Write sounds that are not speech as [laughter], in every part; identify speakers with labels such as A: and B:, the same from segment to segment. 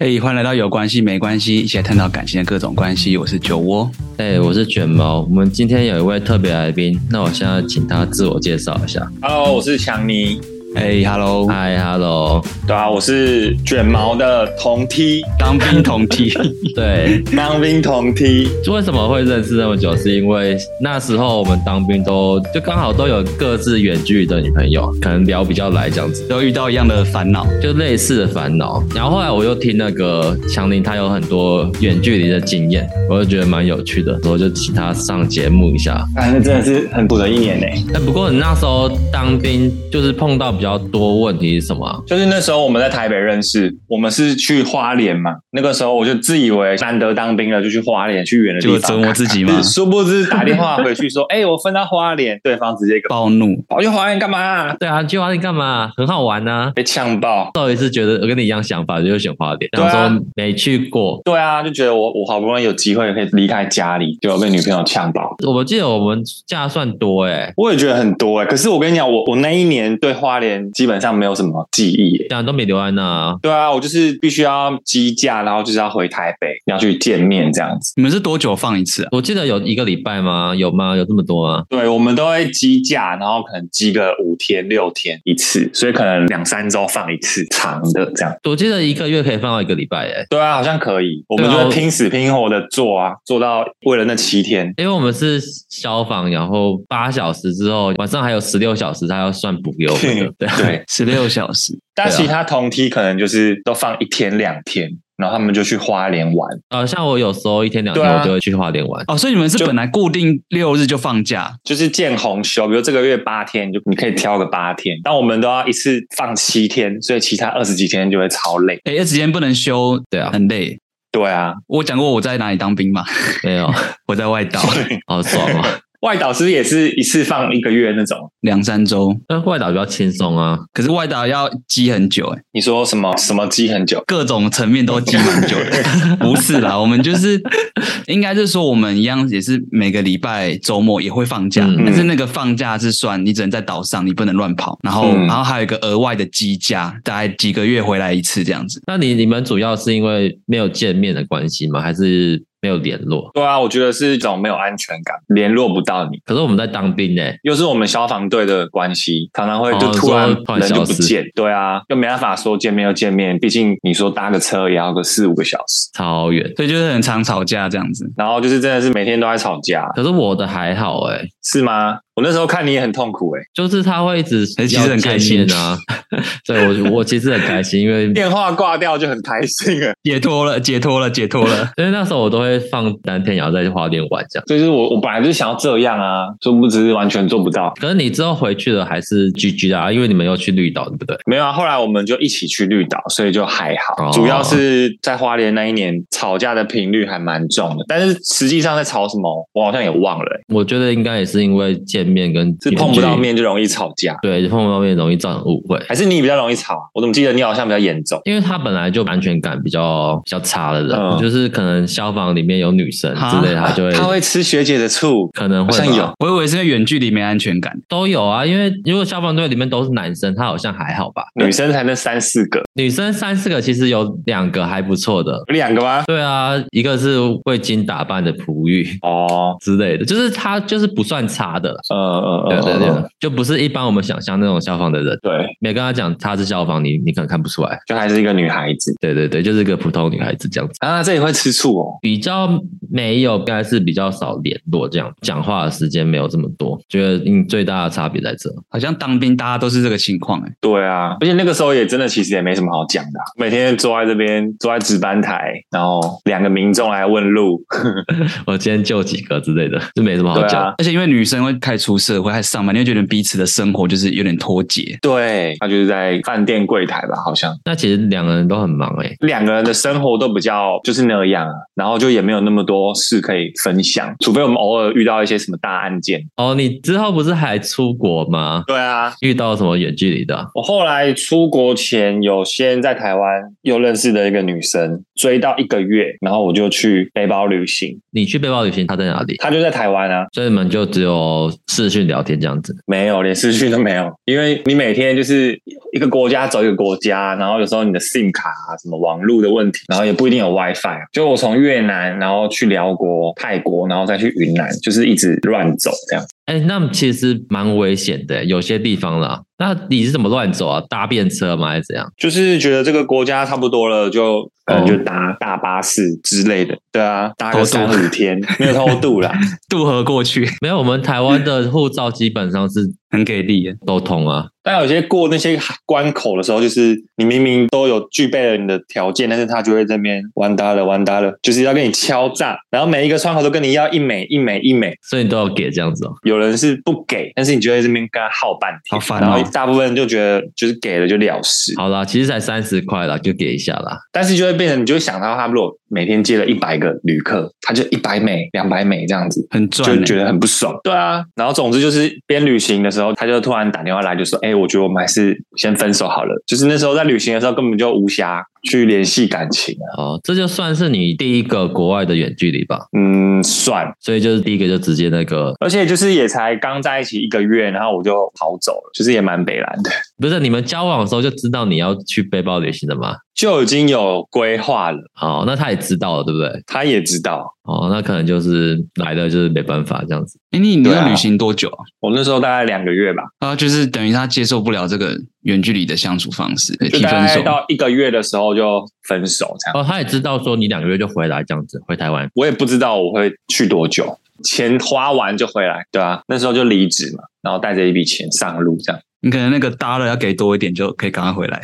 A: 嘿，哎欢迎来到有关系没关系，一起来探讨感情的各种关系。我是酒窝，
B: 哎、我是卷毛。我们今天有一位特别来宾，那我现在请他自我介绍一下。
C: Hello，我是强尼，
A: 哎，Hello，
B: 嗨，Hello，
C: 对啊，我是卷毛的同梯，
A: 当兵同梯， [laughs]
B: 对，
C: 当兵同梯，
B: 为什么会认识那么久？是因为那时候我们当兵都就刚好都有各自远距离的女朋友，可能聊比较来这样子，
A: 都遇到一样的烦恼。
B: 就类似的烦恼。然后后来我又听那个强林，他有很多远距离的经验，我就觉得蛮有趣的，我就请他上节目一下。
C: 啊，那真的是很补的一年呢。
B: 哎，不过你那时候当兵就是碰到比较多问题是什么啊、
C: 就是那时候我们在台北认识，我们是去花莲嘛，那个时候我就自以为难得当兵了，就去花莲去远的地
A: 就
C: 方，，
A: 折磨自己嘛
C: 殊不知打电话回去说，哎、 [laughs] 我分到花莲，对方直接给
A: 暴怒。
C: 我跑去花莲干嘛、啊？
B: 对啊，去花莲干嘛？很好玩呐、啊。
C: 被呛爆。
B: 最后一次觉得我跟你一样想法，就是选花莲，
C: 对啊
B: 然后说没去过。
C: 对啊，就觉得我我好不容易有机会可以离开家里，结果被女朋友呛爆。
B: 我们记得我们假算多哎、
C: 我也觉得很多哎、可是我跟你讲，我我那一年对花莲基本上没有什么记忆、欸，
B: 这样都没留在那。
C: 对啊，我就是必须要机架，然后就是要回台北，要去见面这样子。
A: 你们是多久放一次啊？
B: 我记得有一个礼拜吗？有吗？有这么多吗？
C: 对，我们都会机架，然后可能机个五天六天一次，所以可能两三周放一次长的这样。
B: 我记得一个月可以放到一个礼拜哎、
C: 对啊，好像可以，我们
B: 对
C: 就
B: 啊
C: 会拼死拼活的做啊，做到为了那七天。
B: 因为我们是消防，然后八小时之后，晚上还有十六小时，他要算补给我们的。对，
C: [laughs]
B: [laughs]
C: 对，
A: 十六小时，
C: 但
B: 对啊
C: 其他同梯可能就是都放一天两天，然后他们就去花莲玩。
B: 呃，像我有时候一天两天
C: 对啊
B: 我就会去花莲玩。
A: 哦，所以你们是
C: 就
A: 本来固定六日就放假，
C: 就是见红休，比如这个月八天，你就你可以挑个八天，但我们都要一次放七天，所以其他二十几天就会超累。
A: 哎，时间不能休，
B: 对啊，
A: 很累。
C: 对
B: [laughs]
C: 啊，
A: 我讲过我在哪里当兵嘛， [laughs]
B: 没
C: [laughs]
B: 有，
A: 我在外岛
B: 好爽哦。
C: 外岛是不是也是一次放一个月那种？
A: 两三周，
B: 但外岛比较轻松啊。
A: 可是外岛要积很久哎、
C: 你说什么什么积很久？
A: 各种层面都积蛮久
C: [laughs]
A: 的。不是啦，我们就是应该是说，我们一样也是每个礼拜周末也会放假，
B: 嗯
A: 但是那个放假是算你只能在岛上，你不能乱跑。然后，
C: 嗯
A: 然后还有一个额外的机假，大概几个月回来一次这样子。
B: 那你你们主要是因为没有见面的关系吗？还是没有联络？
C: 对啊，我觉得是一种没有安全感，联络不到你。
B: 可是我们在当兵欸呢、
C: 又是我们消防队的关系，常常会就
B: 哦
C: 突然
B: 说突然
C: 人就
B: 消
C: 不
B: 失
C: 见，对啊，又没办法说见面又见面，毕竟你说搭个车也要个四五个小时，
B: 超远。
A: 所以就是很常吵架这样子，
C: 然后就是真的是每天都在吵架，
B: 可是我的还好哎、
C: 是吗？我那时候看你也很痛苦诶、欸
B: 就是他会一直
A: 哎其实很开心
B: 要见面啊。 [laughs] 对我我其实很开心，
C: [laughs]
B: 因为
C: 电话挂掉就很开心了。
A: 解脱了，解脱了，解脱了。
B: 因为那时候我都会放单片，然后再去花莲玩这样。
C: 就是我我本来就想要这样啊，殊不知完全做不到。
B: 可是你之后回去了还是 GG 的啊，因为你们又去绿岛，对不对？
C: 没有啊，后来我们就一起去绿岛，所以就还好。
B: 哦
C: 主要是在花莲那一年吵架的频率还蛮重的，但是实际上在吵什么，我好像也忘了、欸
B: 我觉得应该也是因为见面跟
C: 是碰不到
B: 远距离，
C: 面就容易吵架，
B: 对，碰不到面容易造成误会。
C: 还是你比较容易吵？我怎么记得你好像比较严重？
B: 因为他本来就安全感比较比较差的人，
C: 嗯
B: 就是可能消防里面有女生
A: 啊
B: 之类，他就会
C: 他会吃学姐的醋，
B: 可能
C: 好
B: 会
C: 像
B: 吧
C: 有
A: 我以为是因为远距离没安全感，
B: 都有啊，因为如果消防队里面都是男生，他好像还好吧？
C: 女生才那三四个，
B: 女生三四个其实有两个还不错的，
C: 有两个吗？
B: 对啊，一个是未经打扮的璞玉 [laughs]
C: 哦，
B: 之类的，就是他就是不算差的啦。
C: 呃呃
B: 对啊
C: 呃，
B: 对
C: 呃
B: 对，就不是一般我们想象那种消防的人。
C: 对，
B: 没跟他讲他是消防，你你可能看不出来。
C: 就还是一个女孩子
B: 对对对，就是一个普通女孩子这样子。
C: 啊，这里会吃醋哦。
B: 比较没有，应该是比较少联络，这样讲话的时间没有这么多，觉得嗯最大的差别在这。
A: 好像当兵大家都是这个情况哎、
C: 对啊，而且那个时候也真的其实也没什么好讲的啊、每天坐在这边，坐在值班台，然后两个民众来问路，
B: 我今天救几个之类的，就没什么好
C: 对
B: 讲。
C: 啊，
A: 而且因为女生会开始出社会，开始上班，你会觉得彼此的生活就是有点脱节。
C: 对，他就是在饭店柜台吧，好像
B: 那其实两个人都很忙欸诶、
C: 两个人的生活都比较就是那样啊，然后就也没有那么多事可以分享，除非我们偶尔遇到一些什么大案件。
B: 哦，你之后不是还出国吗？
C: 对啊，
B: 遇到什么远距离的啊？
C: 我后来出国前有先在台湾又认识的一个女生，追到一个月，然后我就去背包旅行，
B: 你去背包旅行，他在哪里？
C: 她就在台湾啊，
B: 所以你们就只有视讯聊天这样子。
C: 没有，连视讯都没有，因为你每天就是一个国家走一个国家，然后有时候你的 SIM 卡啊，什么网络的问题，然后也不一定有 WiFi。就我啊从越南，然后去辽国、泰国，然后再去云南，就是一直乱走这样。
B: 哎，那其实蛮危险的，欸有些地方啦。那你是怎么乱走啊？搭便车吗？还是怎样？
C: 就是觉得这个国家差不多了，就哦可能就搭大巴士之类的。对啊，搭
A: 偷
C: 个
A: 渡
C: 三五天，没有偷渡 [laughs] 啦。
A: 渡河过去
B: 没有，我们台湾的护照基本上是
A: 很给力欸耶，
B: 都通啊。
C: 但有些过那些关口的时候，就是你明明都有具备了你的条件，但是他就会这边完搭了完搭了，就是要跟你敲诈，然后每一个窗口都跟你要一美一美一美，
B: 所以你都要给这样子哦。
C: 有人是不给，但是你就在这边跟他耗半天，
A: 好烦
C: 然后
A: 哦。
C: 大部分人就觉得就是给了就了事，
B: 好啦，其实才三十块啦，就给一下啦。
C: 但是就会变成你就会想到他如果每天接了一百个旅客，他就一百美两百美这样子，
A: 很
C: 就
A: 赚欸
C: 觉
A: 耶，
C: 得很不爽。对啊，然后总之就是边旅行的时候，他就突然打电话来，就说：“哎、我觉得我们还是先分手好了。”就是那时候在旅行的时候根本就无暇去联系感情啊。
B: 哦，这就算是你第一个国外的远距离吧。
C: 嗯，算。
B: 所以就是第一个就直接那个，
C: 而且就是也才刚在一起一个月，然后我就跑走了，就是也蛮北蓝的，
B: 不是你们交往的时候就知道你要去背包旅行的吗？
C: 就已经有规划了。
B: 哦，那他也知道了，对不对？
C: 他也知道，
B: 哦，那可能就是来了就是没办法这样子。
A: 哎，你你
C: 对啊
A: 要旅行多久啊？
C: 我那时候大概两个月吧，
A: 啊，就是等于他接受不了这个远距离的相处方式，
C: 就
A: 提
C: 大
A: 分
C: 概
A: 手。
C: 到一个月的时候就分手这样。
B: 哦，他也知道说你两个月就回来这样子，回台湾。
C: 我也不知道我会去多久，钱花完就回来，对啊，那时候就离职嘛，然后带着一笔钱上路这样。
A: 你可能那个搭了要给多一点，就可以赶快回
C: [laughs]
A: 来。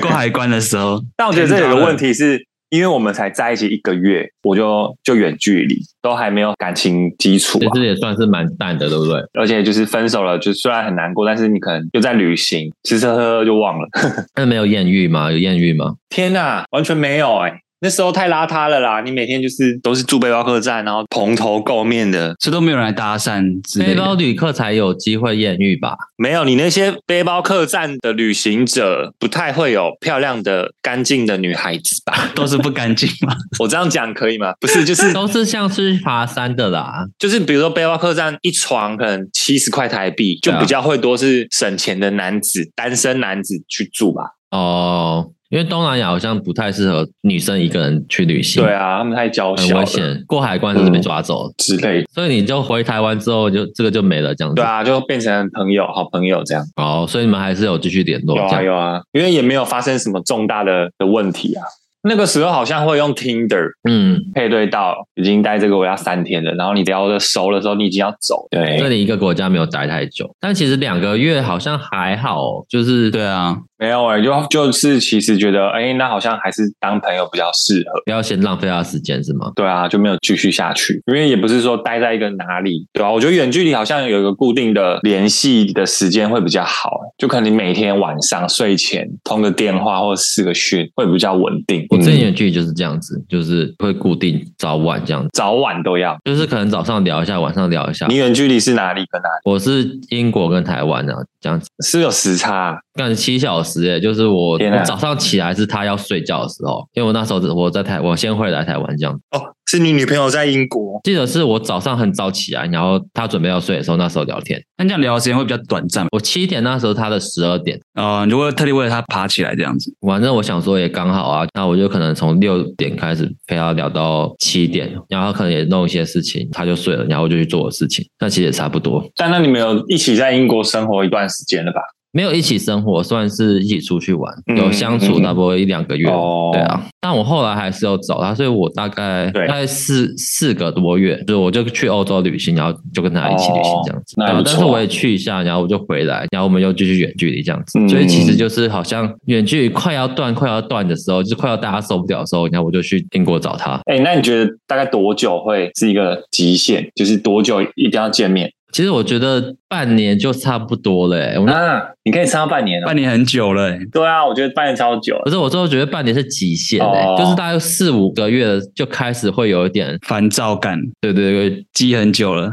A: 过海关的时候，
C: 但我觉得这有个问题是，因为我们才在一起一个月，我就就远距离，都还没有感情基础
B: 其
C: 啊，
B: 实也算是蛮淡的，对不对？
C: 而且就是分手了，就虽然很难过，但是你可能又在旅行，吃吃喝喝就忘了。 [laughs]
B: 那没有艳遇吗？有艳遇吗？
C: 天呐，完全没有哎、那时候太邋遢了啦！你每天就是都是住背包客栈，然后蓬头垢面的，
A: 所以都没有人来搭讪之类
B: 背包
A: 的。
B: 旅客才有机会艳遇吧？
C: 没有，你那些背包客栈的旅行者不太会有漂亮的、干净的女孩子吧？ [laughs]
A: 都是不干净嘛，
C: 我这样讲可以吗？不是，就
B: [laughs]
C: 是
B: 都是像是爬山的啦。
C: 就是，比如说背包客栈一床可能七十块台币，就
B: 对啊
C: 比较会多是省钱的男子、单身男子去住吧。
B: 哦，因为东南亚好像不太适合女生一个人去旅行，
C: 对，啊，他们太娇
B: 很
C: 小
B: 危
C: 了
B: 险，过海关就是被抓走。
C: 之类的。
B: 所以你就回台湾之后就，这个就没了这样子。
C: 对啊，就变成朋友、好朋友这样。
B: 哦，所以你们还是有继续联络
C: 有
B: 这
C: 啊
B: 样。
C: 有啊，因为也没有发生什么重大的的问题啊。那个时候好像会用 Tinder
B: 嗯，
C: 配对到，已经待这个国家三天了，然后你聊的熟了之后，你已经要走。对
B: 这里一个国家没有待太久，但其实两个月好像还好、哦，就是
A: 对啊，
C: 没有哎、就就是其实觉得，哎、那好像还是当朋友比较适合。
B: 不要先浪费他的时间是吗？
C: 对啊，就没有继续下去，因为也不是说待在一个哪里，对啊，我觉得远距离好像有一个固定的联系的时间会比较好，就可能你每天晚上睡前通个电话或视个讯会比较稳定。
B: 我之前
C: 嗯、
B: 远距离就是这样子，就是会固定早晚这样子，
C: 早晚都要。
B: 就是可能早上聊一下，晚上聊一下
C: 你。远距离是哪里跟哪里？
B: 我是英国跟台湾啊，这样子，
C: 是不是有时差啊、
B: 干七小时诶、就是我
C: 天啊
B: 我早上起来是他要睡觉的时候，因为我那时候我在台，我先回来台湾这样。
C: 哦，是你女朋友在英国，
B: 记得是我早上很早起来，然后他准备要睡的时候，那时候聊天。
A: 但这样聊的时间会比较短暂。
B: 我七点那时候他的十二点，
A: 呃，如果特地为了他爬起来这样子，
B: 反正我想说也刚好啊，那我就可能从六点开始陪他聊到七点，然后可能也弄一些事情，他就睡了，然后我就去做我的事情，那其实也差不多，
C: 但那你们有一起在英国生活一段时间了吧？
B: 没有一起生活，算是一起出去玩，
C: 嗯
B: 有相处差不多一两个月，
C: 哦
B: 对啊，但我后来还是有找他，所以我大概
C: 对
B: 大概四四个多月，就是我就去欧洲旅行，然后就跟他一起旅行这样子，
C: 哦那还
B: 对啊
C: 不
B: 但
C: 错
B: 是我也去一下，然后我就回来，然后我们又继续远距离这样子，
C: 嗯
B: 所以其实就是好像远距离快要断快要断的时候，就是快要大家受不了的时候，然后我就去英国找他。
C: 哎、那你觉得大概多久会是一个极限？就是多久一定要见面？
B: 其实我觉得半年就差不多了、欸，我那
C: 啊，你可以撑到半年哦。
A: 半年很久了、欸，
C: 对啊，我觉得半年超久了
B: 不。是，我最后觉得半年是极限嘞、
C: 哦
B: 就是大概四五个月就开始会有一点
A: 烦躁感
B: 对对对，
A: 积很久了。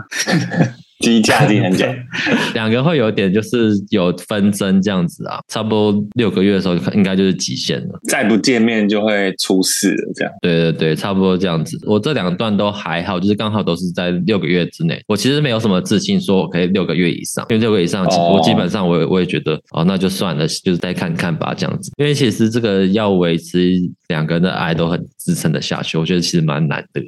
C: 低价低
B: [laughs]
C: 很讲，
B: 两个会有点就是有纷争这样子啊，差不多六个月的时候应该就是极限了。
C: 再不见面就会出事了。这样
B: 对对对，差不多这样子。我这两段都还好，就是刚好都是在六个月之内。我其实没有什么自信说我可以六个月以上，因为六个月以上，其
C: 哦
B: 我基本上我也我也觉得哦，那就算了，就是再看看吧这样子。因为其实这个要维持两个人的爱都很支撑的下去，我觉得其实蛮难的。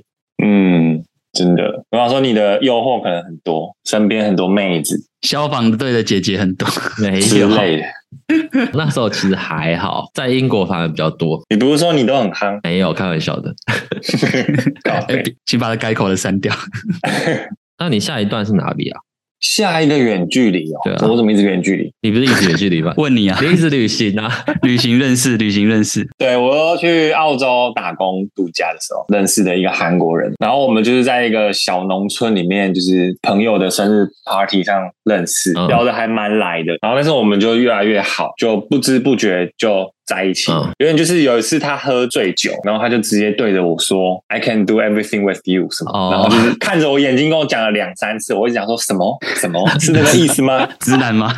C: 嗯，真的。我想说，你的诱惑可能很多，身边很多妹子
A: 消防队的姐姐很多，
B: 没
C: 之
B: 有，
C: 类的。
B: [laughs] 那时候其实还好，在英国反而比较多。
C: 你不是说你都很
B: [laughs]
C: 夯？
B: 没有开玩笑的。
C: 搞
A: 哎
C: 对
A: 请把它改口的删掉。？
B: 那你下一段是哪里啊？
C: 下一个远距离哦，
B: 对啊
C: 我怎么一直远距离？
B: 你不是一直远距离
A: [laughs]
B: 吗
A: 问你啊，
B: 你一直旅行啊？ [laughs]
A: 旅行认识，旅行认识，
C: 对我去澳洲打工度假的时候认识的一个韩国人，然后我们就是在一个小农村里面，就是朋友的生日 party 上认识，
B: 嗯
C: 聊得还蛮来的。然后那时候我们就越来越好，就不知不觉就在一起。
B: 嗯
C: 有点就是有一次他喝醉酒，然后他就直接对着我说 “I can do everything with you” 什么，
B: 哦
C: 然后就是看着我眼睛跟我讲了两三次，我一直讲说什么
B: [laughs]
C: 什么是那个意思吗？
A: 直男吗？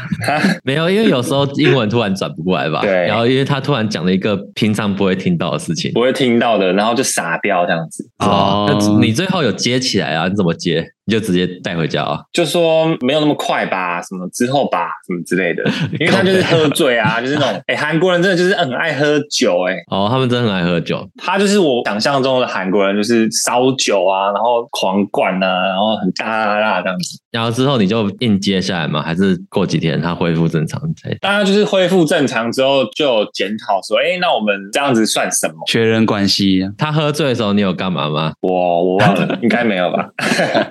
B: 没有，因为有时候英文突然转不过来吧。
C: 对
B: 然后因为他突然讲了一个平常不会听到的事情。
C: 不会听到的，然后就傻掉这样子。
A: 哦
B: 那你最后有接起来啊？你怎么接？你就直接带回家啊？
C: 就说没有那么快吧，什么之后吧，什么之类的，因为他就是喝醉啊，就是那种哎，韩、国人真的就是很爱喝酒哎、
B: 哦，他们真的很爱喝酒。
C: 他就是我想象中的韩国人，就是烧酒啊，然后狂灌啊，然后很大大大这样子。
B: 然后之后你就硬接下来吗？还是过几天他恢复正常才？
C: 大家就是恢复正常之后，就有检讨说，哎、那我们这样子算什么？
A: 确认关系，
B: 他喝醉的时候你有干嘛吗？
C: 我我忘了，应该没有吧？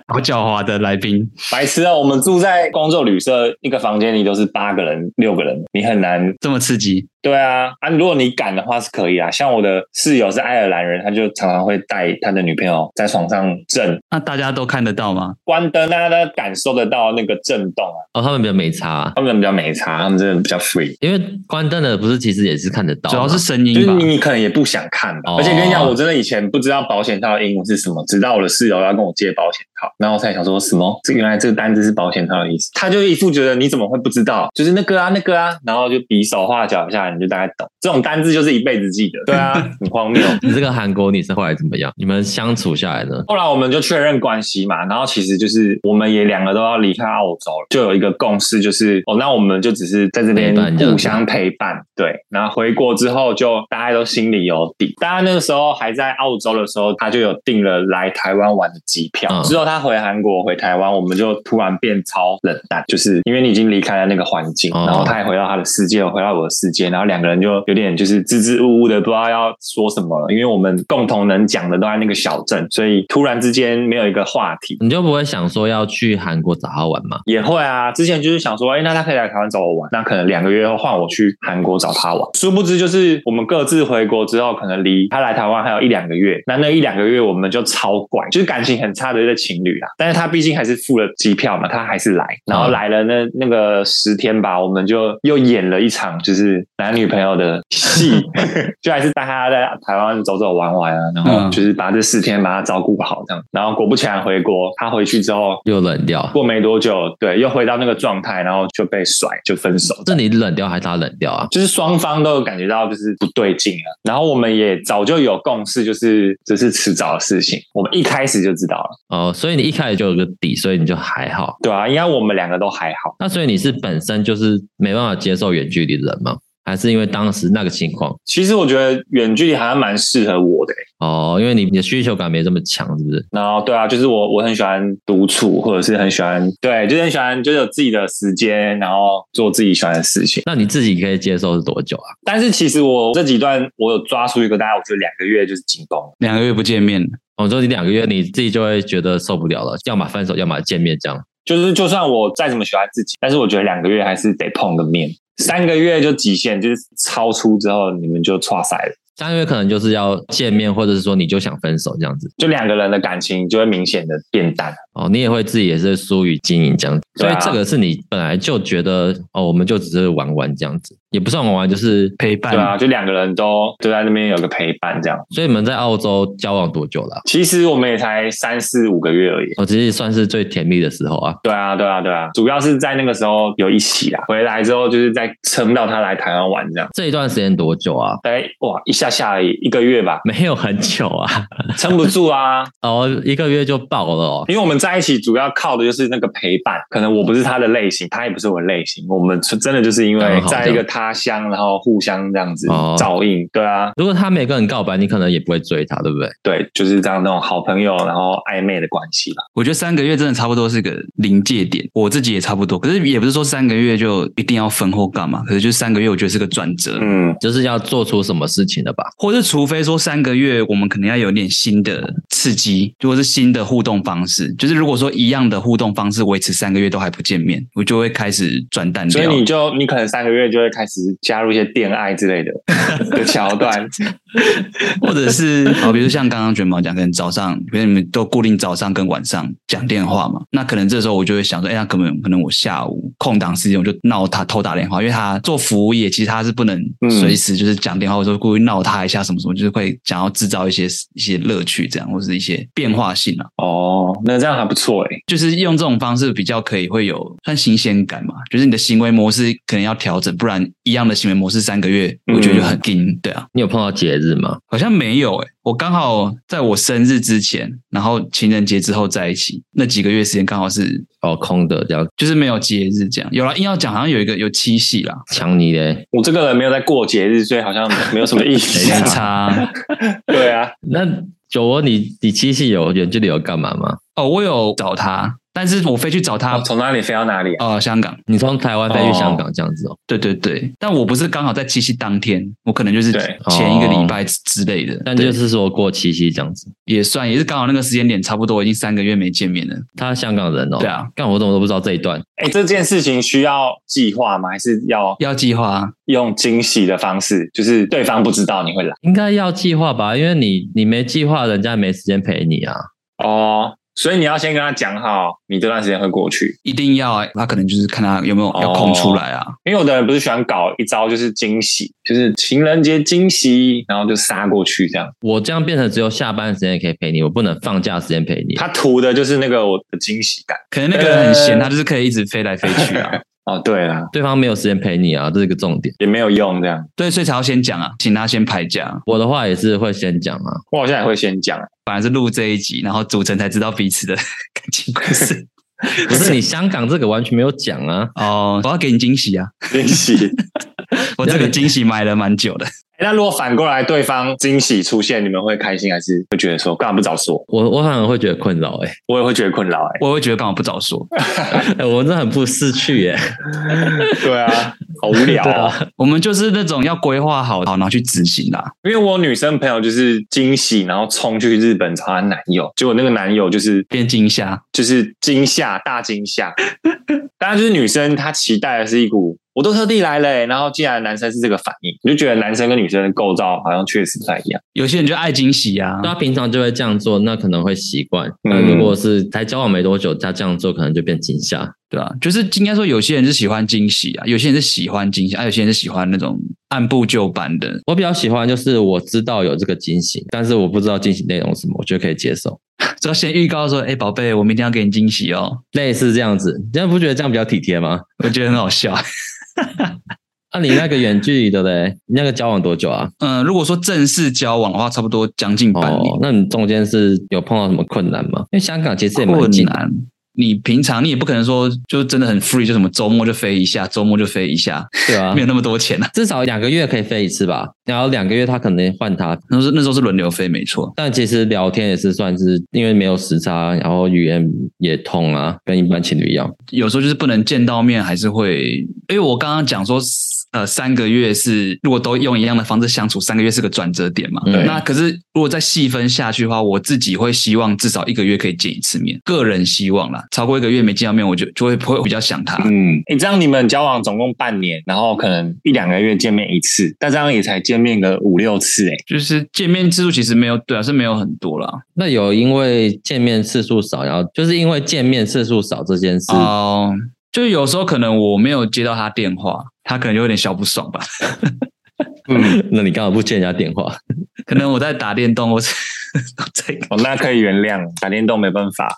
A: 好狡猾的来宾，
C: 白痴啊！我们住在工作旅社，一个房间里都是八个人、六个人，你很难
A: 这么刺激，
C: 对啊，啊，如果你敢的话是可以啊。像我的室友是爱尔兰人，他就常常会带他的女朋友在床上震，
A: 那大家都看得到吗？
C: 关灯，大家都感受得到那个震动啊。
B: 哦，他们比较没差啊、
C: 他们比较没差，他们真的比较 free。
B: 因为关灯的不是其实也是看得到
A: 主
B: 吗，
A: 要是声
C: 哦就
A: 音
C: 是
A: 吧
C: 你，你可能也不想看吧，
B: 哦
C: 而且跟你讲，我真的以前不知道保险套的英文是什么，直到我的室友要跟我借保险套，然后我才想说什么，这原来这个单字是保险套的意思。他就一副觉得你怎么会不知道，就是那个啊那个啊，然后就比手画脚一下，你就大概懂。这种单字就是一辈子记得，对啊，很荒谬。
B: 你这个韩国女生后来怎么样？你们相处下来呢？
C: 后来我们就确认关系嘛，然后其实就是我们也两个都要离开澳洲了，就有一个共识，就是哦，那我们就只是在这边
B: 陪伴这样子
C: 互相陪伴，对。然后回国之后，就大家都心里有底。大家那个时候还在澳洲的时候，他就有订了来台湾玩的机票。
B: 嗯
C: 之后他回韩国、回台湾，我们就突然变超冷淡，就是因为你已经离开了那个环境，
B: 哦
C: 然后他也回到他的世界，我回到我的世界，然后两个人就有点就是支支吾吾的，不知道要说什么了，因为我们共同能讲的都在那个小镇，所以突然之间没有一个话题。
B: 你就不会想说要去韩国找他玩吗？
C: 也会啊，之前就是想说，哎、那他可以来台湾找我玩，那可能两个月后换我去韩国找他玩。殊不知，就是我们各自回国之后，可能离他来台湾还有一两个月，那那一两个月我们就超怪，就是感情很差的一对情侣啦。啊但是他毕竟还是付了机票嘛，他还是来，然后
B: 嗯
C: 来了那那个十天吧，我们就又演了一场就是男女朋友的戏，就还是带他在台湾走走玩玩啊，然后
A: 嗯
C: 就是把这四天把他照顾好这样。然后果不其然回国，他回去之后
B: 又冷掉？啊
C: 过没多久，对，又回到那个状态，然后就被甩，就分手。
B: 是你冷掉还是他冷掉啊？
C: 就是双方都有感觉到就是不对劲了，然后我们也早就有共识，就是这是迟早的事情，我们一开始就知道了，
B: 哦，所以你一开始就有个底，所以你就还好。
C: 对啊，应该我们两个都还好，
B: 那所以你是本身就是没办法接受远距离的人吗？还是因为当时那个情况？
C: 其实我觉得远距离还蛮适合我的欸、
B: 哦，因为你你的需求感没这么强，是不是？
C: 然后对啊，就是我我很喜欢独处，或者是很喜欢，对，就是很喜欢就是有自己的时间，然后做自己喜欢的事情。
B: 那你自己可以接受是多久啊？
C: 但是其实我这几段我有抓出一个大概我觉得两个月就是紧绷，
A: 两个月不见面，
B: 我说你两个月你自己就会觉得受不了了，要么分手，要么见面这样。
C: 就是就算我再怎么喜欢自己，但是我觉得两个月还是得碰个面，三个月就极限，就是超出之后你们就岔赛了，
B: 三个月可能就是要见面，或者是说你就想分手这样子。
C: 就两个人的感情就会明显的变淡。
B: 哦，你也会自己也是疏于经营这样子，所以
C: 对啊
B: 这个是你本来就觉得哦，我们就只是玩玩这样子，也不算玩玩，就是
A: 陪伴
C: 对啊，就两个人都都在那边有个陪伴这样。
B: 所以你们在澳洲交往多久了啊、
C: 其实我们也才三四五个月而已。
B: 我其实算是最甜蜜的时候啊。
C: 对啊，对啊，对啊，主要是在那个时候有一起啦。回来之后就是在撑到他来台湾玩这样，
B: 这一段时间多久啊？
C: 大概哇一下下而已，一个月吧，
B: 没有很久啊，
C: 撑不住啊。
B: 哦，一个月就爆了哦。
C: 因为我们在一起主要靠的就是那个陪伴，可能我不是他的类型，他也不是我的类型，我们真的就是因
B: 刚
C: 为
B: 好
C: 在
B: 这
C: 一
B: 样
C: 个他乡，然后互相这样子
B: 哦
C: 照应，对啊，
B: 如果他没跟你告白，你可能也不会追他，对不对？
C: 对，就是这样那种好朋友，然后暧昧的关系吧。
A: 我觉得三个月真的差不多是个临界点，我自己也差不多。可是也不是说三个月就一定要分或干嘛，可是就三个月，我觉得是个转折。
C: 嗯，
B: 就是要做出什么事情的吧？
A: 或是除非说三个月，我们可能要有点新的刺激，或是新的互动方式。就是如果说一样的互动方式维持三个月都还不见面，我就会开始转淡
C: 所以
A: 掉。
C: 你就你可能三个月就会开始加入一些恋爱之类的的桥 [laughs] 段，
A: [laughs] 或者是哦好，比如像刚刚卷毛讲，可能早上，比如你们都固定早上跟晚上讲电话嘛，那可能这时候我就会想说，哎、那可能可能我下午空档时间我就闹他偷打电话，因为他做服务业，其实他是不能
C: 嗯
A: 随时就是讲电话，或者说故意闹他一下什么什么，就是会想要制造一些一些乐趣，这样或是一些变化性啊，
C: 哦，那这样还不错哎、
A: 就是用这种方式比较可以会有算新鲜感嘛，就是你的行为模式可能要调整，不然一样的行为模式三个月，我觉得就很硬，对啊。
B: 你有碰到节日吗？
A: 好像没有诶、我刚好在我生日之前，然后情人节之后在一起，那几个月时间刚好是
B: 哦，空的这样
A: 就是没有节日这样。有啦，硬要讲好像有一个有七夕
B: [laughs]
A: 啦，
B: 抢你嘞？
C: 我这个人没有在过节日，所以好像没有什 [laughs] 么意
A: 没
C: 思、啊。
A: 差
C: 对啊，
B: 那九窝，你你七夕有远距离有干嘛吗？
A: 哦。我有找他，但是我飞去找他
C: 哦，从哪里飞到哪里啊？
A: 呃香港，
B: 你从台湾飞去香港这样子哦？
A: 对对对，但我不是刚好在七夕当天，我可能就是
C: 对
A: 前一个礼拜之之类的，
B: 但就
A: 对
B: 是说过七夕这样子。
A: 也算也是刚好那个时间点，差不多已经三个月没见面了。
B: 他香港人哦，
A: 对啊，
B: 但我怎么都不知道这一段。
C: 哎、这件事情需要计划吗？还是要
A: 要计划啊
C: 用惊喜的方式？就是对方不知道你会来
B: 应该要计划吧，因为你你没计划，人家没时间陪你啊。
C: 哦，所以你要先跟他讲好，你这段时间会过去。
A: 一定要、啊，他可能就是看他有没有要空出来啊。
C: 因为有的人不是喜欢搞一招就是惊喜，就是情人节惊喜，然后就杀过去这样。
B: 我这样变成只有下班时间可以陪你，我不能放假时间陪你。啊
C: 他图的就是那个我的惊喜感。
A: 可能那个人很闲，
C: 呃
A: 他就是可以一直飞来飞去啊。
C: 哦，对啦，
B: 对方没有时间陪你啊，这是一个重点。
C: 也没有用这样。
A: 对，所以才要先讲啊，请他先排假，
B: 我的话也是会先讲
C: [laughs]
B: 啊，
C: 我好像也会先讲，
A: 反而是录这一集，然后组成才知道彼此的 [laughs] 感情故事。
B: 不是你香港这个完全没有讲啊，
A: 哦，我要给你惊喜啊！
C: 惊喜。
A: 我这个惊喜埋了蛮久的，
C: 那如果反过来对方惊喜出现，你们会开心还是会觉得说干嘛不早说？
B: 我我反而会觉得困扰哎、
C: 我也会觉得困扰哎、
A: 我会觉得干嘛不早说？ [laughs]
B: 哎 [laughs] 我真的很不识趣欸耶、
C: 嗯对啊，好无 [laughs] 聊、
B: 对
C: 哦。
B: 啊
A: 我们就是那种要规划好，好然后去执行啦。
C: 因为我女生朋友就是惊喜，然后冲去日本找她男友，结果那个男友就是
A: 变惊吓，
C: 就是惊吓，大惊吓。当然，就是女生她期待的是一股，我都特地来了欸、然后既然男生是这个反应，我就觉得男生跟女生的构造好像确实不太一样。
A: 有些人就爱惊喜啊
B: 那。他平常就会这样做，那可能会习惯。
C: 嗯
B: 那如果是才交往没多久，他这样做可能就变惊吓。
A: 对啊，就是应该说，有些人是喜欢惊喜啊，有些人是喜欢惊喜，啊，有些人是喜欢那种按部就班的。
B: 我比较喜欢就是我知道有这个惊喜，但是我不知道惊喜内容是什么，我觉得可以接受。
A: 只要先预告说，哎、宝贝，我明天要给你惊喜哦，
B: 类似这样子，这样不觉得这样比较体贴吗？
A: 我觉得很好笑。 [laughs]
B: 那、啊你那个远距离的嘞，你那个交往多久啊？
A: 嗯，如果说正式交往的话，差不多将近半年
B: 哦。，那你中间是有碰到什么困难吗？因为香港其实也蛮
A: 困
B: 近的，
A: 难。你平常你也不可能说就真的很 free，就什么周末就飞一下，周末就飞一下，
B: 对啊
A: 没，有那么多钱啊。
B: 至少两个月可以飞一次吧。然后两个月他可能换他，
A: 那时候那时候是轮流飞，没错。
B: 但其实聊天也是算是因为没有时差，然后语言也通啊，跟一般情侣一样。
A: 有时候就是不能见到面，还是会因为我刚刚讲说呃三个月是如果都用一样的方式相处，三个月是个转折点嘛。
C: 对
A: 那可是如果再细分下去的话，我自己会希望至少一个月可以见一次面，个人希望啦。超过一个月没见到面，我就就会会比较想他。
C: 嗯，你这样你们交往总共半年，然后可能一两个月见面一次，但这样也才见面个五六次哎、
A: 就是见面次数其实没有，对啊，是没有很多啦。
B: 那有因为见面次数少，然后就是因为见面次数少这件事，
A: 哦、就有时候可能我没有接到他电话，他可能就有点小不爽吧。 [laughs]
C: 嗯，
B: 那你干嘛不接人家电
A: 啊
B: 话？
A: 可能我在打电动，我是 [laughs] 在
C: [laughs] 哦，那可以原谅，打电动没办法。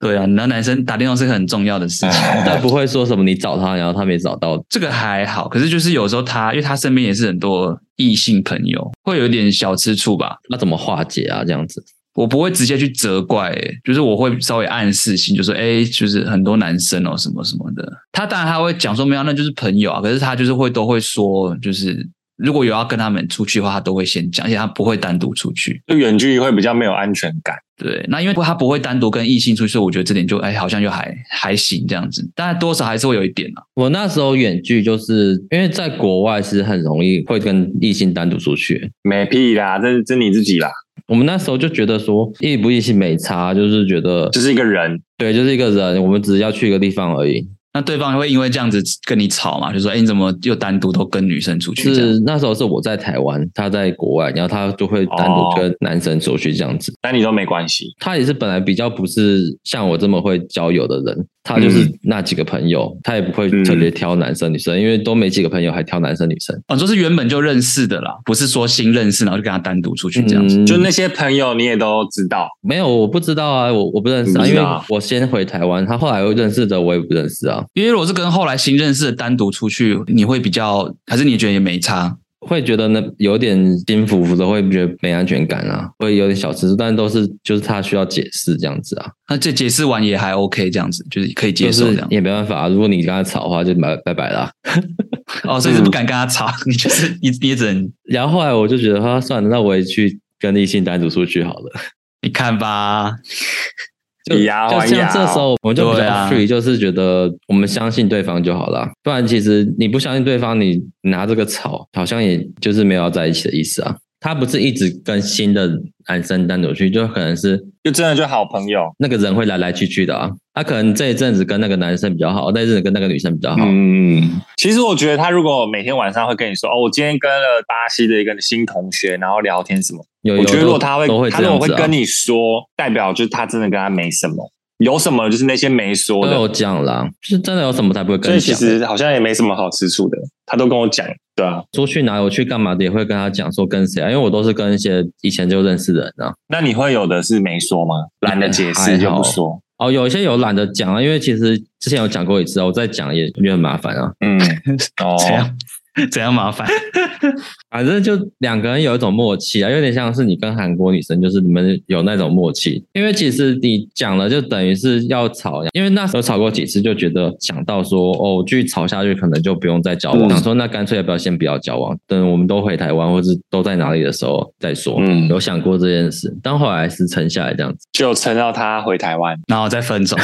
A: 对啊，那男生打电动是个很重要的事情。
B: 但不会说什么你找他，然后他没找到，
A: 这个还好，可是就是有时候他，因为他身边也是很多异性朋友，会有点小吃醋吧。
B: 那怎么化解啊？这样子，
A: 我不会直接去责怪、欸，就是我会稍微暗示性，就说，哎、就是很多男生哦，什么什么的。他当然他会讲说，没有，那就是朋友啊。可是他就是会都会说，就是如果有要跟他们出去的话，他都会先讲，而且他不会单独出去。
C: 就远距离会比较没有安全感。
A: 对，那因为他不会单独跟异性出去，所以我觉得这点就，哎、好像就还还行这样子。当然多少还是会有一点啊。
B: 我那时候远距，就是因为在国外是很容易会跟异性单独出去。
C: 没屁啦，这是这你自己啦，
B: 我们那时候就觉得说异不异性没差，就是觉得
C: 这是一个人。
B: 对，就是一个人，我们只是要去一个地方而已。
A: 那对方会因为这样子跟你吵嘛？就说，哎、你怎么又单独都跟女生出去？这样
B: 是那时候是我在台湾，他在国外，然后他就会单
C: 哦
B: 独跟男生出去这样子。
C: 那你都没关系，
B: 他也是本来比较不是像我这么会交友的人，他就是
C: 嗯
B: 那几个朋友，他也不会特别挑男生女生，因为都没几个朋友还挑男生女生。
A: 哦，就是原本就认识的啦，不是说新认识然后就跟他单独出去这样子。
B: 嗯
C: 就那些朋友你也都知道，
B: 没有，我不知道啊，我我不认识啊，因
C: 你不知
B: 为
C: 道啊
B: 我先回台湾，他后来又认识的我也不认识啊，
A: 因为如果是跟后来新认识的单独出去，你会比较，还是你觉得也没差？
B: 会觉得呢有点心服服的，会觉得没安全感啊，会有点小吃醋，但都是就是他需要解释这样子啊，
A: 那这解释完也还 OK，这样子就是可以接受
B: 就
A: 这
B: 是
A: 样。
B: 也没办法啊、如果你跟他吵的话，就拜拜拜啦、
A: 哦，
B: 嗯
A: 所以是不敢跟他吵， [laughs] 你就是你你也只能
B: 然后后来我就觉得，啊，算了，那我也去跟异性单独出去好了。
A: 你看吧，
B: 就
C: 以牙
B: 就
C: 还
B: 像
C: 牙哦
B: 这时候，我们就比
A: 对
B: 较
A: 啊
B: free，、就是觉得我们相信对方就好了。不然其实你不相信对方，你拿这个吵，好像也就是没有要在一起的意思啊。他不是一直跟新的男生单独去，就可能是
C: 就真的就好朋友。
B: 那个人会来来去去的啊。他可能这一阵子跟那个男生比较好，那一阵子跟那个女生比较好。
C: 嗯，其实我觉得他如果每天晚上会跟你说，哦，我今天跟了巴西的一个新同学，然后聊天什么，
B: 有有
C: 我觉得如
B: 都
C: 果他会，
B: 都会
C: 他
B: 这
C: 如果
B: 样
C: 会
B: 子啊
C: 跟。你说，代表就是他真的跟他没什么，有什么就是那些没说
B: 都
C: 的
B: 有，讲啦，就是真的有什么才不会跟
C: 所以
B: 你
C: 其
B: 讲。
C: 实好像也没什么好吃醋的，他都跟我讲，对啊。
B: 出去哪有去干嘛的，也会跟他讲说跟谁啊，因为我都是跟一些以前就认识的人啊。
C: 那你会有的是没说吗？懒得解释就不说，
B: 哦，有一些有懒得讲啊，因为其实之前有讲过一次啊，我再讲也也很麻烦啊。 [laughs]
C: 嗯，哦，
A: 怎样、 [laughs] 怎样麻烦？
B: 反正就两个人有一种默契啊，有点像是你跟韩国女生，就是你们有那种默契。因为其实你讲了，就等于是要吵，因为那时候吵过几次，就觉得想到说，哦，继续吵下去可能就不用再交往，
C: 嗯
B: 想说那干脆要不要先不要交往，等我们都回台湾或是都在哪里的时候再说。
C: 嗯
B: 有想过这件事，但后来是沉下来这样子。
C: 就撑到他回台湾，
A: 然后再分手。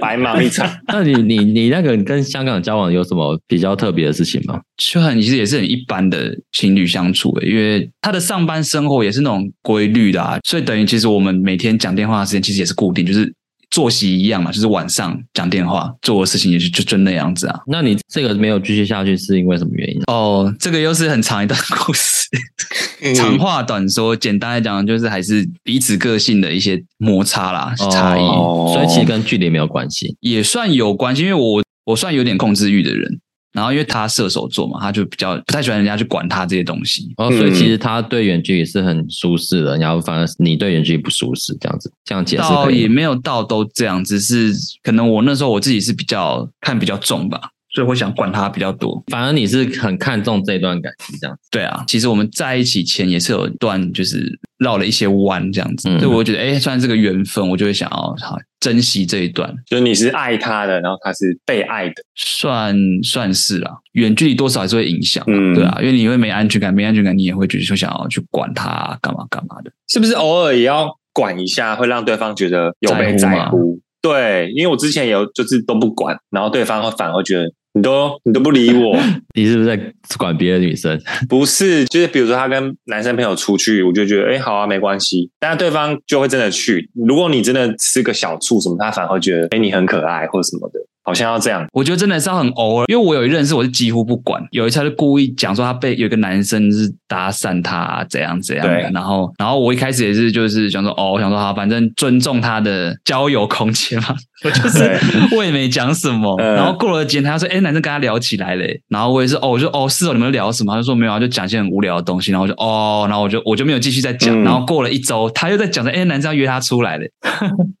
C: 白忙一
B: [laughs]
C: 场。
B: 那你你你那个跟香港交往有什么比较特别的事情吗？
A: 就很其实也是很一般的情侣相处、欸，因为他的上班生活也是那种规律的啊，所以等于其实我们每天讲电话的时间其实也是固定，就是作息一样嘛，就是晚上讲电话，做的事情也是就就那样子啊。
B: 那你这个没有继续下去是因为什么原因？
A: 哦，这个又是很长一段故事， [laughs]
C: 嗯
B: 嗯
A: 长话短说，简单来讲就是还是彼此个性的一些摩擦啦、差异。
B: 哦所以其实跟距离没有关系。
A: 也算有关系，因为我我算有点控制欲的人，然后因为他射手座嘛，他就比较不太喜欢人家去管他这些东西，
B: 哦，所以其实他对远距离是很舒适的，然后反而你对远距离不舒适，这样子这样解释
A: 倒
B: 可
A: 也
B: 以吗。
A: 没有到都这样，只是可能我那时候我自己是比较看比较重吧，所以会想管他比较多。
B: 反而你是很看重这段感情，这样
A: 对啊，其实我们在一起前也是有一段就是绕了一些弯这样子，
B: 嗯
A: 所以我觉得哎、诶算是这个缘分，我就会想要好珍惜这一段，
C: 就是你是爱他的，然后他是被爱的，
A: 算算是啦、远距离多少还是会影响、
C: 嗯
A: 对啊，因为你会没安全感，没安全感你也会觉得说想要去管他、啊干嘛干嘛的。
C: 是不是？偶尔也要管一下，会让对方觉得有
A: 在
C: 被
A: 乎
C: 在
A: 吗
C: 乎。对，因为我之前有就是都不管，然后对方会反而觉得你都你都不理
A: [laughs]
C: 我，
B: 你是不是在管别的女生？ [laughs]
C: 不是，就是比如说他跟男生朋友出去，我就觉得哎、好啊，没关系，但是对方就会真的去。如果你真的吃个小醋什么，他反而会觉得哎、你很可爱或者什么的，好像要这样。
A: 我觉得真的是要很偶尔，因为我有一任是我是几乎不管，有一次他就故意讲说他被有一个男生是搭讪他、啊怎样怎样的
C: 对，
A: 然后然后我一开始也是就是想说哦，我想说好，反正尊重他的交友空间嘛， [laughs] 我就是
C: 对
A: 我也没讲什么，
C: 嗯
A: 然后过了几天他说哎、男生跟他聊起来嘞、然后我也是哦，我就哦是哦你们聊什么？他就说没有啊，就讲一些很无聊的东西，然后我就哦，然后我就我就没有继续再讲，
C: 嗯
A: 然后过了一周他又在讲说哎、男生要约他出来嘞、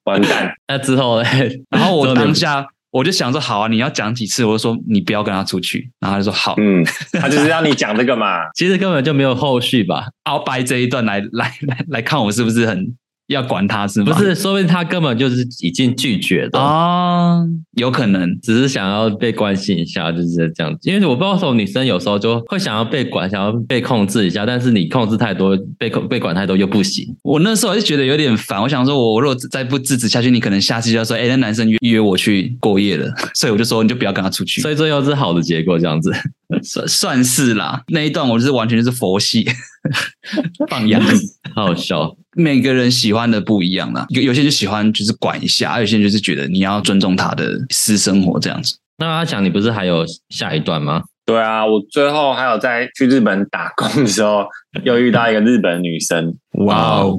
C: 完蛋，
B: 那之后嘞，
A: 然后
B: 之
A: 我
B: 你
A: 当下我就想说，好啊，你要讲几次？我就说你不要跟他出去。然后他就说好，
C: 嗯，他就是让你讲这个嘛。
B: [laughs] 其实根本就没有后续吧？
A: 鳌拜这一段来来来来看我是不是很要管他是
B: 不
A: 吗？
B: 是，说不定他根本就是已经拒绝的，
A: 啊、有可能
B: 只是想要被关心一下，就是这样子。因为我不知道为什么女生有时候就会想要被管，想要被控制一下，但是你控制太多，被控被管太多又不行。
A: 我那时候就觉得有点烦，我想说，我如果再不制止下去，你可能下次就要说，哎、那男生约约我去过夜了， [laughs] 所以我就说你就不要跟他出去。
B: [laughs] 所以最后是好的结果，这样子。 [laughs]
A: 算算是啦，那一段我就是完全就是佛系 [laughs] 放羊。
B: 好笑，
A: 每个人喜欢的不一样啦，有有些人就喜欢就是管一下，有些人就是觉得你要尊重他的私生活这样子。
B: 那阿强，你不是还有下一段吗？
C: 对啊，我最后还有在去日本打工的
B: [laughs]
C: 时候，又遇到一个日本女生，嗯
B: 哇哦，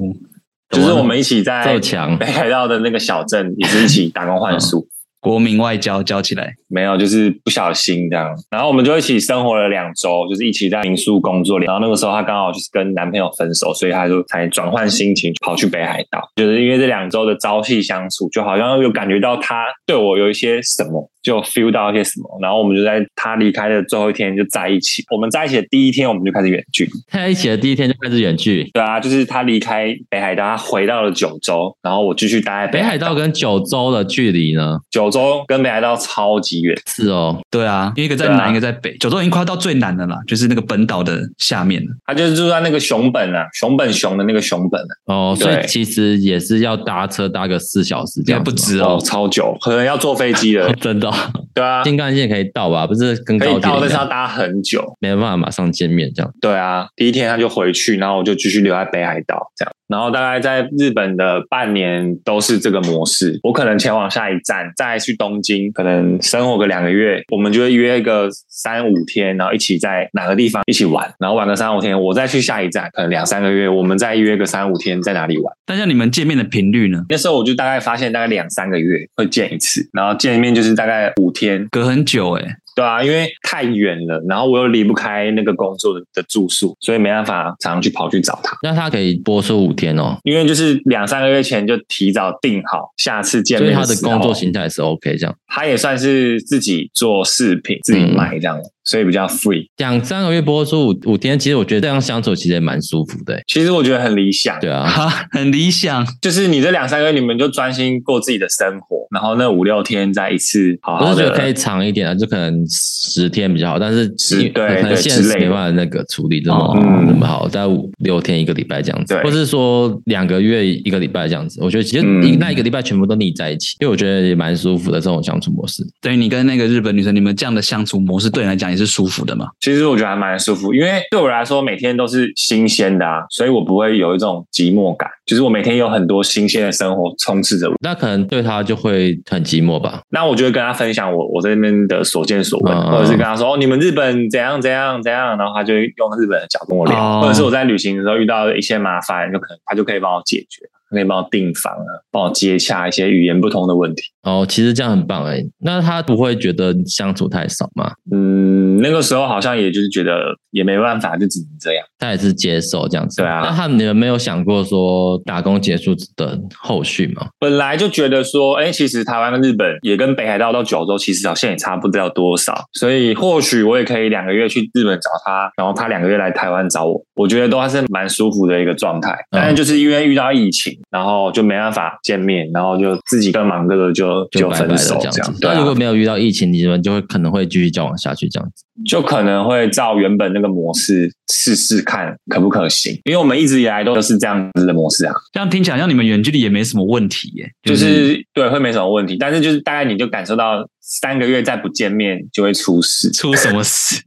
C: 就是我们一起在
B: 这么强
C: 哎北海道的那个小镇，也是一起打工换宿。
A: 国民外交教起来，
C: 没有，就是不小心这样。然后我们就一起生活了两周，就是一起在民宿工作。然后那个时候她刚好就是跟男朋友分手，所以她就才转换心情跑去北海道。就是因为这两周的朝夕相处，就好像有感觉到她对我有一些什么，就 feel 到一些什么。然后我们就在她离开的最后一天就在一起。我们在一起的第一天，我们就开始远距离。
B: 在一起的第一天就开始远距，
C: 对啊，就是她离开北海道，她回到了九州，然后我继续待在
B: 北海道跟九州的距离呢？
C: 九州跟北海道超级远。
B: 是哦，
A: 对啊，一个在
C: 对啊
A: 南，一个在北，九州已经快要到最南的啦，就是那个本岛的下面了。
C: 她就是住在那个熊本啊，熊本熊的那个熊本啊。
B: 哦，所以
C: 对
B: 其实也是要搭车搭个四小时这
A: 应该
B: 样子
A: 不
B: 吗，
A: 止哦，，
C: 哦超久，可能要坐飞机了
B: [laughs] 哦，真的哦、
C: 对 [laughs] 啊，
B: 新干线可以到吧？不是跟
C: 可
B: 高
C: 以
B: 铁
C: 到，但
B: 一
C: 是要
B: 样，
C: 搭很久，
B: 没办法马上见面这样。
C: 对啊。第一天他就回去，然后我就继续留在北海道这样，然后大概在日本的半年都是这个模式。我可能前往下一站，再去东京，可能生活个两个月，我们就会约个三五天，然后一起在哪个地方一起玩，然后玩个三五天，我再去下一站，可能两三个月，我们再约个三五天在哪里玩。
A: 但像你们见面的频率呢？
C: 那时候我就大概发现，大概两三个月会见一次，然后见一面就是大概五天，
A: 隔很久诶、
C: 对啊，因为太远了，然后我又离不开那个工作的的住宿，所以没办法常常去跑去找他。
B: 那他可以播出五天哦，
C: 因为就是两三个月前就提早定好下次见
B: 所以
C: 面哦
B: 他的
C: 时候
B: 工作形态也是 OK 这样。
C: 他也算是自己做饰品，自己
B: 嗯
C: 买这样，所以比较 free。
B: 两三个月播出五五天，其实我觉得这样相处其实也蛮舒服的欸。
C: 其实我觉得很理想，
B: 对啊，
A: 哈，很理想。
C: 就是你这两三个月你们就专心过自己的生活，然后那五六天再一次好
B: 我
C: 好
B: 是觉得可
C: 的
B: 以。长一点啊，就可能十天比较好，但是
C: 是
B: 因为
C: 对
B: 可能
C: 对
B: 现
C: 之
B: 实
C: 类的
B: 没办法那个处理这
A: 哦
B: 么
C: 嗯
B: 那么好，在五六天一个礼拜这样子，
C: 对
B: 或是说两个月一个礼拜这样子，我觉得其实
C: 嗯
B: 一那一个礼拜全部都腻在一起，因为我觉得也蛮舒服的这种相处模式。
A: 对你跟那个日本女生，你们这样的相处模式对你来讲也是舒服的嘛？
C: 其实我觉得还蛮舒服，因为对我来说每天都是新鲜的啊，所以我不会有一种寂寞感。就是我每天有很多新鲜的生活充斥着我。
B: 那可能对他就会很寂寞吧，
C: 那我就会跟他分享我我在那边的所见所闻，
B: 嗯
C: 或者是跟他说哦，你们日本怎样怎样怎样，然后他就会用日本的角跟我聊，
A: 哦
C: 或者是我在旅行的时候遇到一些麻烦，就可能他就可以帮我解决，他可以帮我订房啊，帮我接洽一些语言不同的问题。
B: 哦，其实这样很棒哎、那他不会觉得相处太少吗？
C: 嗯，那个时候好像也就是觉得也没办法，就只能这样。
B: 他也是接受这样子。
C: 对啊
B: 那他们你们没有想过说打工结束的后续吗？
C: 本来就觉得说，哎、其实台湾跟日本也跟北海道到九州其实好像也差不了多少，所以或许我也可以两个月去日本找他，
B: 嗯
C: 然后他两个月来台湾找我，我觉得都还是蛮舒服的一个状态。但是就是因为遇到疫情，情，然后就没办法见面，然后就自己各忙各的就
B: 就拜拜
C: 分
B: 了
C: 手
B: 这样
C: 样
B: 子。。
C: 对啊
B: 那如果没有遇到疫情，你们就会可能会继续交往下去这样子。
C: 就可能会照原本那个模式试试看可不可行，因为我们一直以来都是这样子的模式啊，
A: 这样听起来，像你们远距离也没什么问题耶、嗯
C: 就是对会没什么问题，但是就是大概你就感受到三个月再不见面就会出事， [laughs]
A: 出什么事，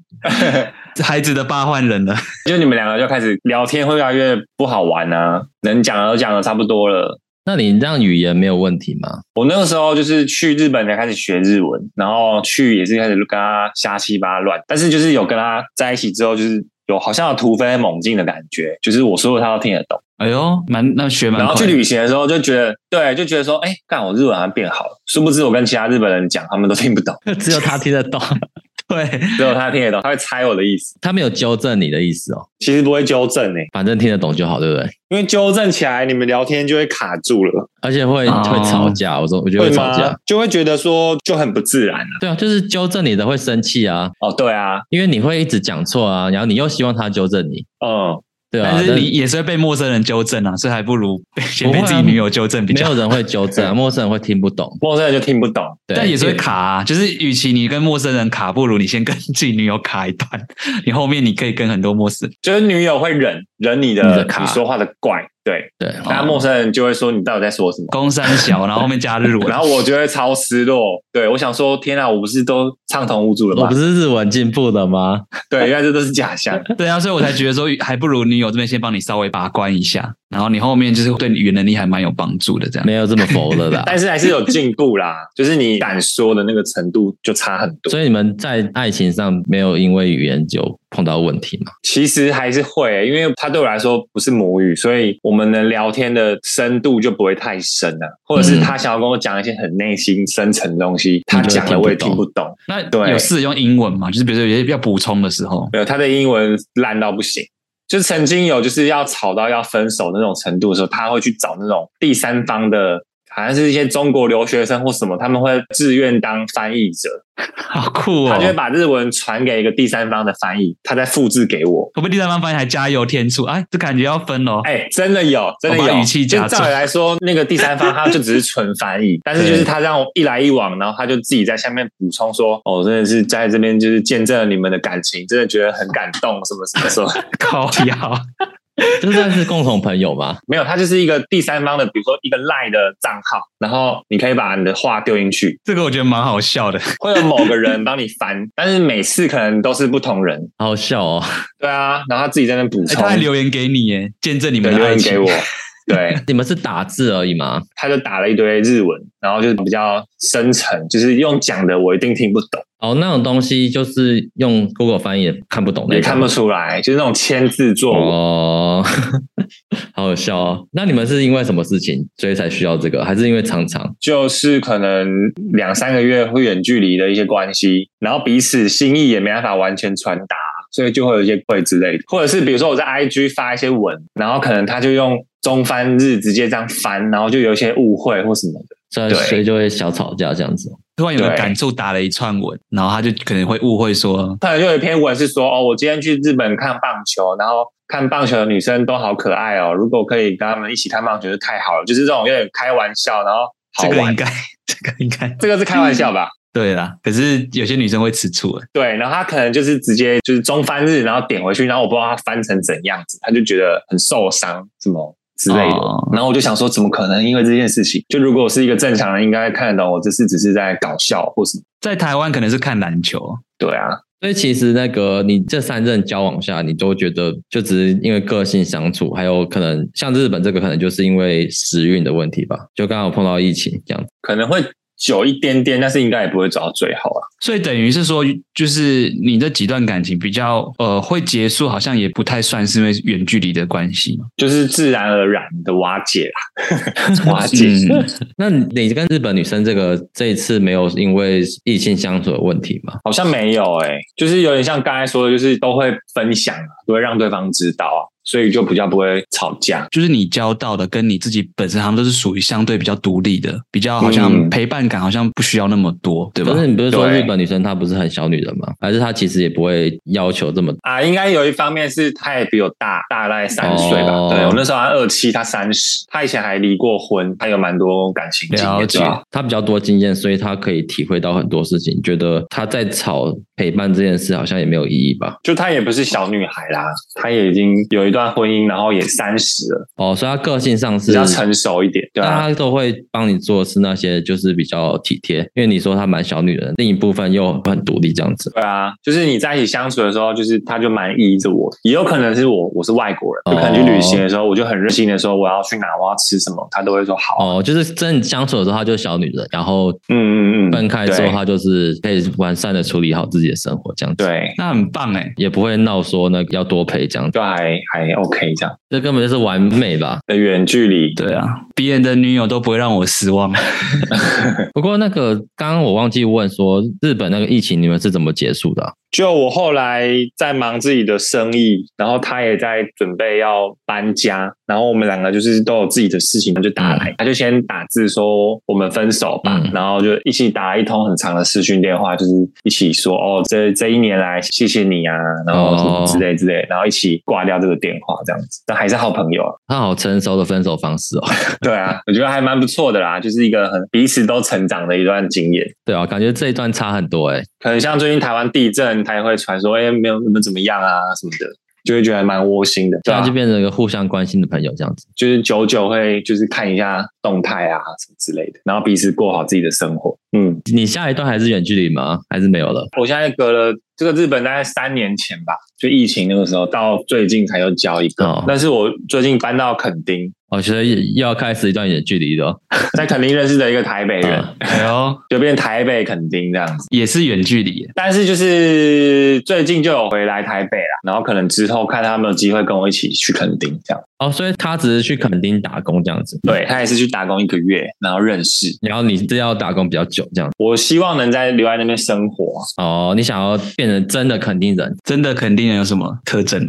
A: 这孩子的爸换人了，
C: 就你们两个就开始聊天会越来越不好玩啊，能讲的都讲的差不多了。
B: 那你这样语言没有问题
C: [laughs]
B: 吗？
C: 我那个时候就是去日本才开始学日文，然后去也是开始跟他瞎七八乱，但是就是有跟他在一起之后，就是有好像有突飞猛进的感觉，就是我说的他都听得懂。
A: 哎呦，蛮那学蛮
C: 然后去
A: 快的，
C: 旅行的时候就觉得，对，就觉得说，哎，干我日文好像变好了。殊不知我跟其他日本人讲，他们都听不懂， [laughs]
B: 只有他听得懂，
A: 对，
C: 只有他听得懂，他会猜我的意思，
B: [laughs] 他没有纠正你的意思哦，
C: 其实不会纠正诶、
B: 反正听得懂就好，对不对？
C: 因为纠正起来你们聊天就会卡住了，
B: 而且会、
A: 哦
B: 会吵架，我说我觉得会吵
C: 吗
B: 架。？
C: 就会觉得说就很不自然啊。
B: 对啊，就是纠正你的会生气啊，
C: 哦，对啊，
B: 因为你会一直讲错啊，然后你又希望他纠正你，
C: 嗯，
B: 对啊，
A: 但是
B: 但
A: 你也是会被陌生人纠正啊，所以还不如被先被
B: 不会啊
A: 自己女友纠正比
B: 没
A: 较
B: 有
A: 好。
B: 人会纠正啊，陌生人会听不懂，
C: 陌生人就听不懂，
B: 对，
A: 但也是会卡啊，就是与其你跟陌生人卡，不如你先跟自己女友卡一段，你后面你可以跟很多陌生人。
C: 就是女友会忍忍你的哦
B: 你的卡
C: 你说话的怪，对，
B: 对，
C: 那陌生人就会说你到底在说什么。
A: 公三小，然后后面加啊日文，
C: [laughs] 然后我就会超失落，对我想说，天啊，我不是都畅通无阻了
B: 我
C: 吗
B: 不？是日文进步的吗？
C: 对，原来这都是假 [laughs] 象。
A: 对啊，所以我才觉得说，还不如女友这边先帮你稍微把关一下，然后你后面就是对你语言能力还蛮有帮助的。这样
B: 没有这么佛了
C: [laughs]
B: 啦。
C: 但是还是有进步啦，就是你敢说的那个程度就差很多。
B: 所以你们在爱情上没有因为语言就碰到问题嘛？
C: 其实还是会、因为他对我来说不是母语，所以我们能聊天的深度就不会太深了、或者是他想要跟我讲一些很内心深层的东西，他讲了我也听不懂。
A: 那
C: 对
A: 有事用英文嘛？就是比如说有些要补充的时候，
C: 没有，他的英文烂到不行。就是曾经有就是要吵到要分手那种程度的时候，他会去找那种第三方的，好像是一些中国留学生或什么，他们会自愿当翻译者，
A: 好酷哦！
C: 他就会
A: 会
C: 把日文传给一个第三方的翻译，他再复制给我。
A: 不会第三方翻译还加油添醋？哎，这感觉要分哦。
C: [laughs] 哎、真的有，真的
A: 我把
C: 有。
A: 语气
C: 就
A: 加重
C: 照理来 [laughs] 说，那个第三方他就只是纯翻译，但是就是他让我一来一往，然后他就自己在下面补充说：“哦，真的是在这边就是见证了你们的感情，真的觉得很感动，什么什么什么。
A: 靠
C: [laughs] ”
A: 腰，
B: [laughs] 这算是共同朋友吗？
C: 没有，他就是一个第三方的，比如说一个赖的账号，然后你可以把你的话丢进去，
A: 这个我觉得蛮好笑的。
C: 会有某个人帮你翻，但是每次可能都是不同人。
B: 好笑哦！ [laughs]
C: 对啊，然后他自己在那补
A: 哎，
C: 充，
A: 他还留言给你耶，见证你们
C: 对
A: 的
C: 留
A: 爱
C: 言
A: 情
C: 给我。对，
B: 你们是打字而已嘛？
C: 他就打了一堆日文，然后就是比较深层，就是用讲的我一定听不懂，
B: 哦，那种东西就是用 Google 翻译也看不懂那种，
C: 也看不出来，就是那种签字作文。
B: 哦， [laughs] 好好笑哦！那你们是因为什么事情，所以才需要这个，还是因为常常？
C: 就是可能两三个月会远距离的一些关系，然后彼此心意也没办法完全传达，所以就会有一些愧之类的，或者是比如说我在 IG 发一些文，然后可能他就用中翻日直接这样翻，然后就有一些误会或什么的。
B: 所以
C: 对
B: 所以就会小吵架这样子。
A: 突然有个
C: 对
A: 感触打了一串文，然后他就可能会误会说，
C: 可能就有一篇文是说，哦，我今天去日本看棒球，然后看棒球的女生都好可爱哦，如果可以跟她们一起看棒球就太好了，就是这种有点开玩笑，然后好
A: 这个应
C: 玩。
A: 该， [laughs] 这个应该
C: 这个是开玩笑吧？
A: 对啦。可是有些女生会吃醋耶，
C: 对，然后他可能就是直接就是中翻日，然后点回去，然后我不知道他翻成怎样子，他就觉得很受伤，什么之类的。
A: 哦
C: 然后我就想说，怎么可能？因为这件事情，就如果我是一个正常人，应该看得懂我这是只是在搞笑或什么。
A: 在台湾可能是看篮球，
C: 对啊，
B: 所以其实那个你这三任交往下，你都觉得就只是因为个性相处，还有可能像日本这个，可能就是因为时运的问题吧。就刚好碰到疫情这样子，
C: 可能会久一点点，但是应该也不会走到最后啊。
A: 所以等于是说，就是你这几段感情比较呃会结束，好像也不太算是因为远距离的关系嘛。
C: 就是自然而然的瓦
A: [laughs]
C: 解啦，瓦解。
A: 嗯
B: 那你跟日本女生这个这一次没有因为异性相处的问题吗？
C: 欸好像没有诶、就是有点像刚才说的，就是都会分享啊，都会让对方知道啊。所以就比较不会吵架。
A: 就是你交到的跟你自己本身，他们都是属于相对比较独立的，比较好像
C: 嗯
A: 陪伴感好像不需要那么多，对吧
B: 可？是你不是说
C: 对
B: 日本女生她不是很小女人吗？还是她其实也不会要求这么
C: 啊，应该有一方面是他也比我大，大概三岁吧。
B: 哦
C: 对我那时候他二七，他三十，他以前还离过婚，他有蛮多感情经
A: 了
C: 验
A: 解
C: 的啊。
B: 他比较多经验，所以他可以体会到很多事情，觉得他在吵陪伴这件事好像也没有意义吧。
C: 就她也不是小女孩啦，她也已经有一段婚姻，然后也三十了，
B: 哦，所以他个性上
C: 比
B: 是
A: 嗯
C: 较成熟一点，对
B: 但
C: 啊，
B: 他都会帮你做的是那些就是比较体贴，因为你说他蛮小女人，另一部分又很独立这样子。
C: 对啊，就是你在一起相处的时候，就是她就蛮依着我，也有可能是我我是外国
B: 哦
C: 人，就可能去旅行的时候，我就很热心的说我要去哪，我要吃什么，她都会说好，
B: 哦，就是真的相处的时候，她就是小女人，然后
C: 嗯嗯嗯，
B: 分开之后，
C: 对
B: 她就是可以完善的处理好自己的生活，这样子，
C: 对，
A: 那很棒哎、
B: 也不会闹说那个要多陪这样子，
C: 就还还 OK 这样
B: 这根本就是完美吧。
C: 的远距离，
A: 对啊，别人的女友都不会让我失
B: [laughs]
A: 望。
B: 不过那个刚刚我忘记问说，日本那个疫情你们是怎么结束的啊、
C: 就我后来在忙自己的生意，然后他也在准备要搬家，然后我们两个就是都有自己的事情，就打来，他就先打字说我们分手吧，
B: 嗯
C: 然后就一起打一通很长的视讯电话，就是一起说哦，这这一年来谢谢你啊，然后什么之类之类，然后一起挂掉这个电话这样子，但还是好朋友啊， [laughs]
B: 他好成熟的分手方式哦。 [laughs]
C: 对啊，我觉得还蛮不错的啦，就是一个很彼此都成长的一段经验。
B: 对啊，感觉这一段差很多哎、
C: 可能像最近台湾地震，他也会传说，哎、没有你们怎么样啊什么的，就会觉得还蛮窝心的，
B: 这
C: 对啊
B: 样就，变成一个互相关心的朋友这样子。
C: 就是久久会就是看一下动态啊什么之类的，然后彼此过好自己的生活。嗯，
B: 你下一段还是远距离吗？还是没有了？
C: 我现在隔了这个日本大概三年前吧，就疫情那个时候到最近才又交一个，
B: 哦
C: 但是我最近搬到垦丁，
B: 我觉得哦又要开始一段远距离哦了。
C: 在垦丁认识的一个台北人，
B: 嗯
A: 哎呦，
C: 就变台北垦丁这样子。
A: 也是远距离耶，
C: 但是就是最近就有回来台北啦，然后可能之后看他们有机会跟我一起去垦丁这样。
B: 哦，所以他只是去垦丁打工这样子。
C: 对他也是去打工一个月，然后认识。
B: 然后你是要打工比较久这样。
C: 我希望能在留在那边生活，
B: 哦，你想要变成真的垦丁人，
A: 真的肯定有什么特
B: [laughs]
A: 征？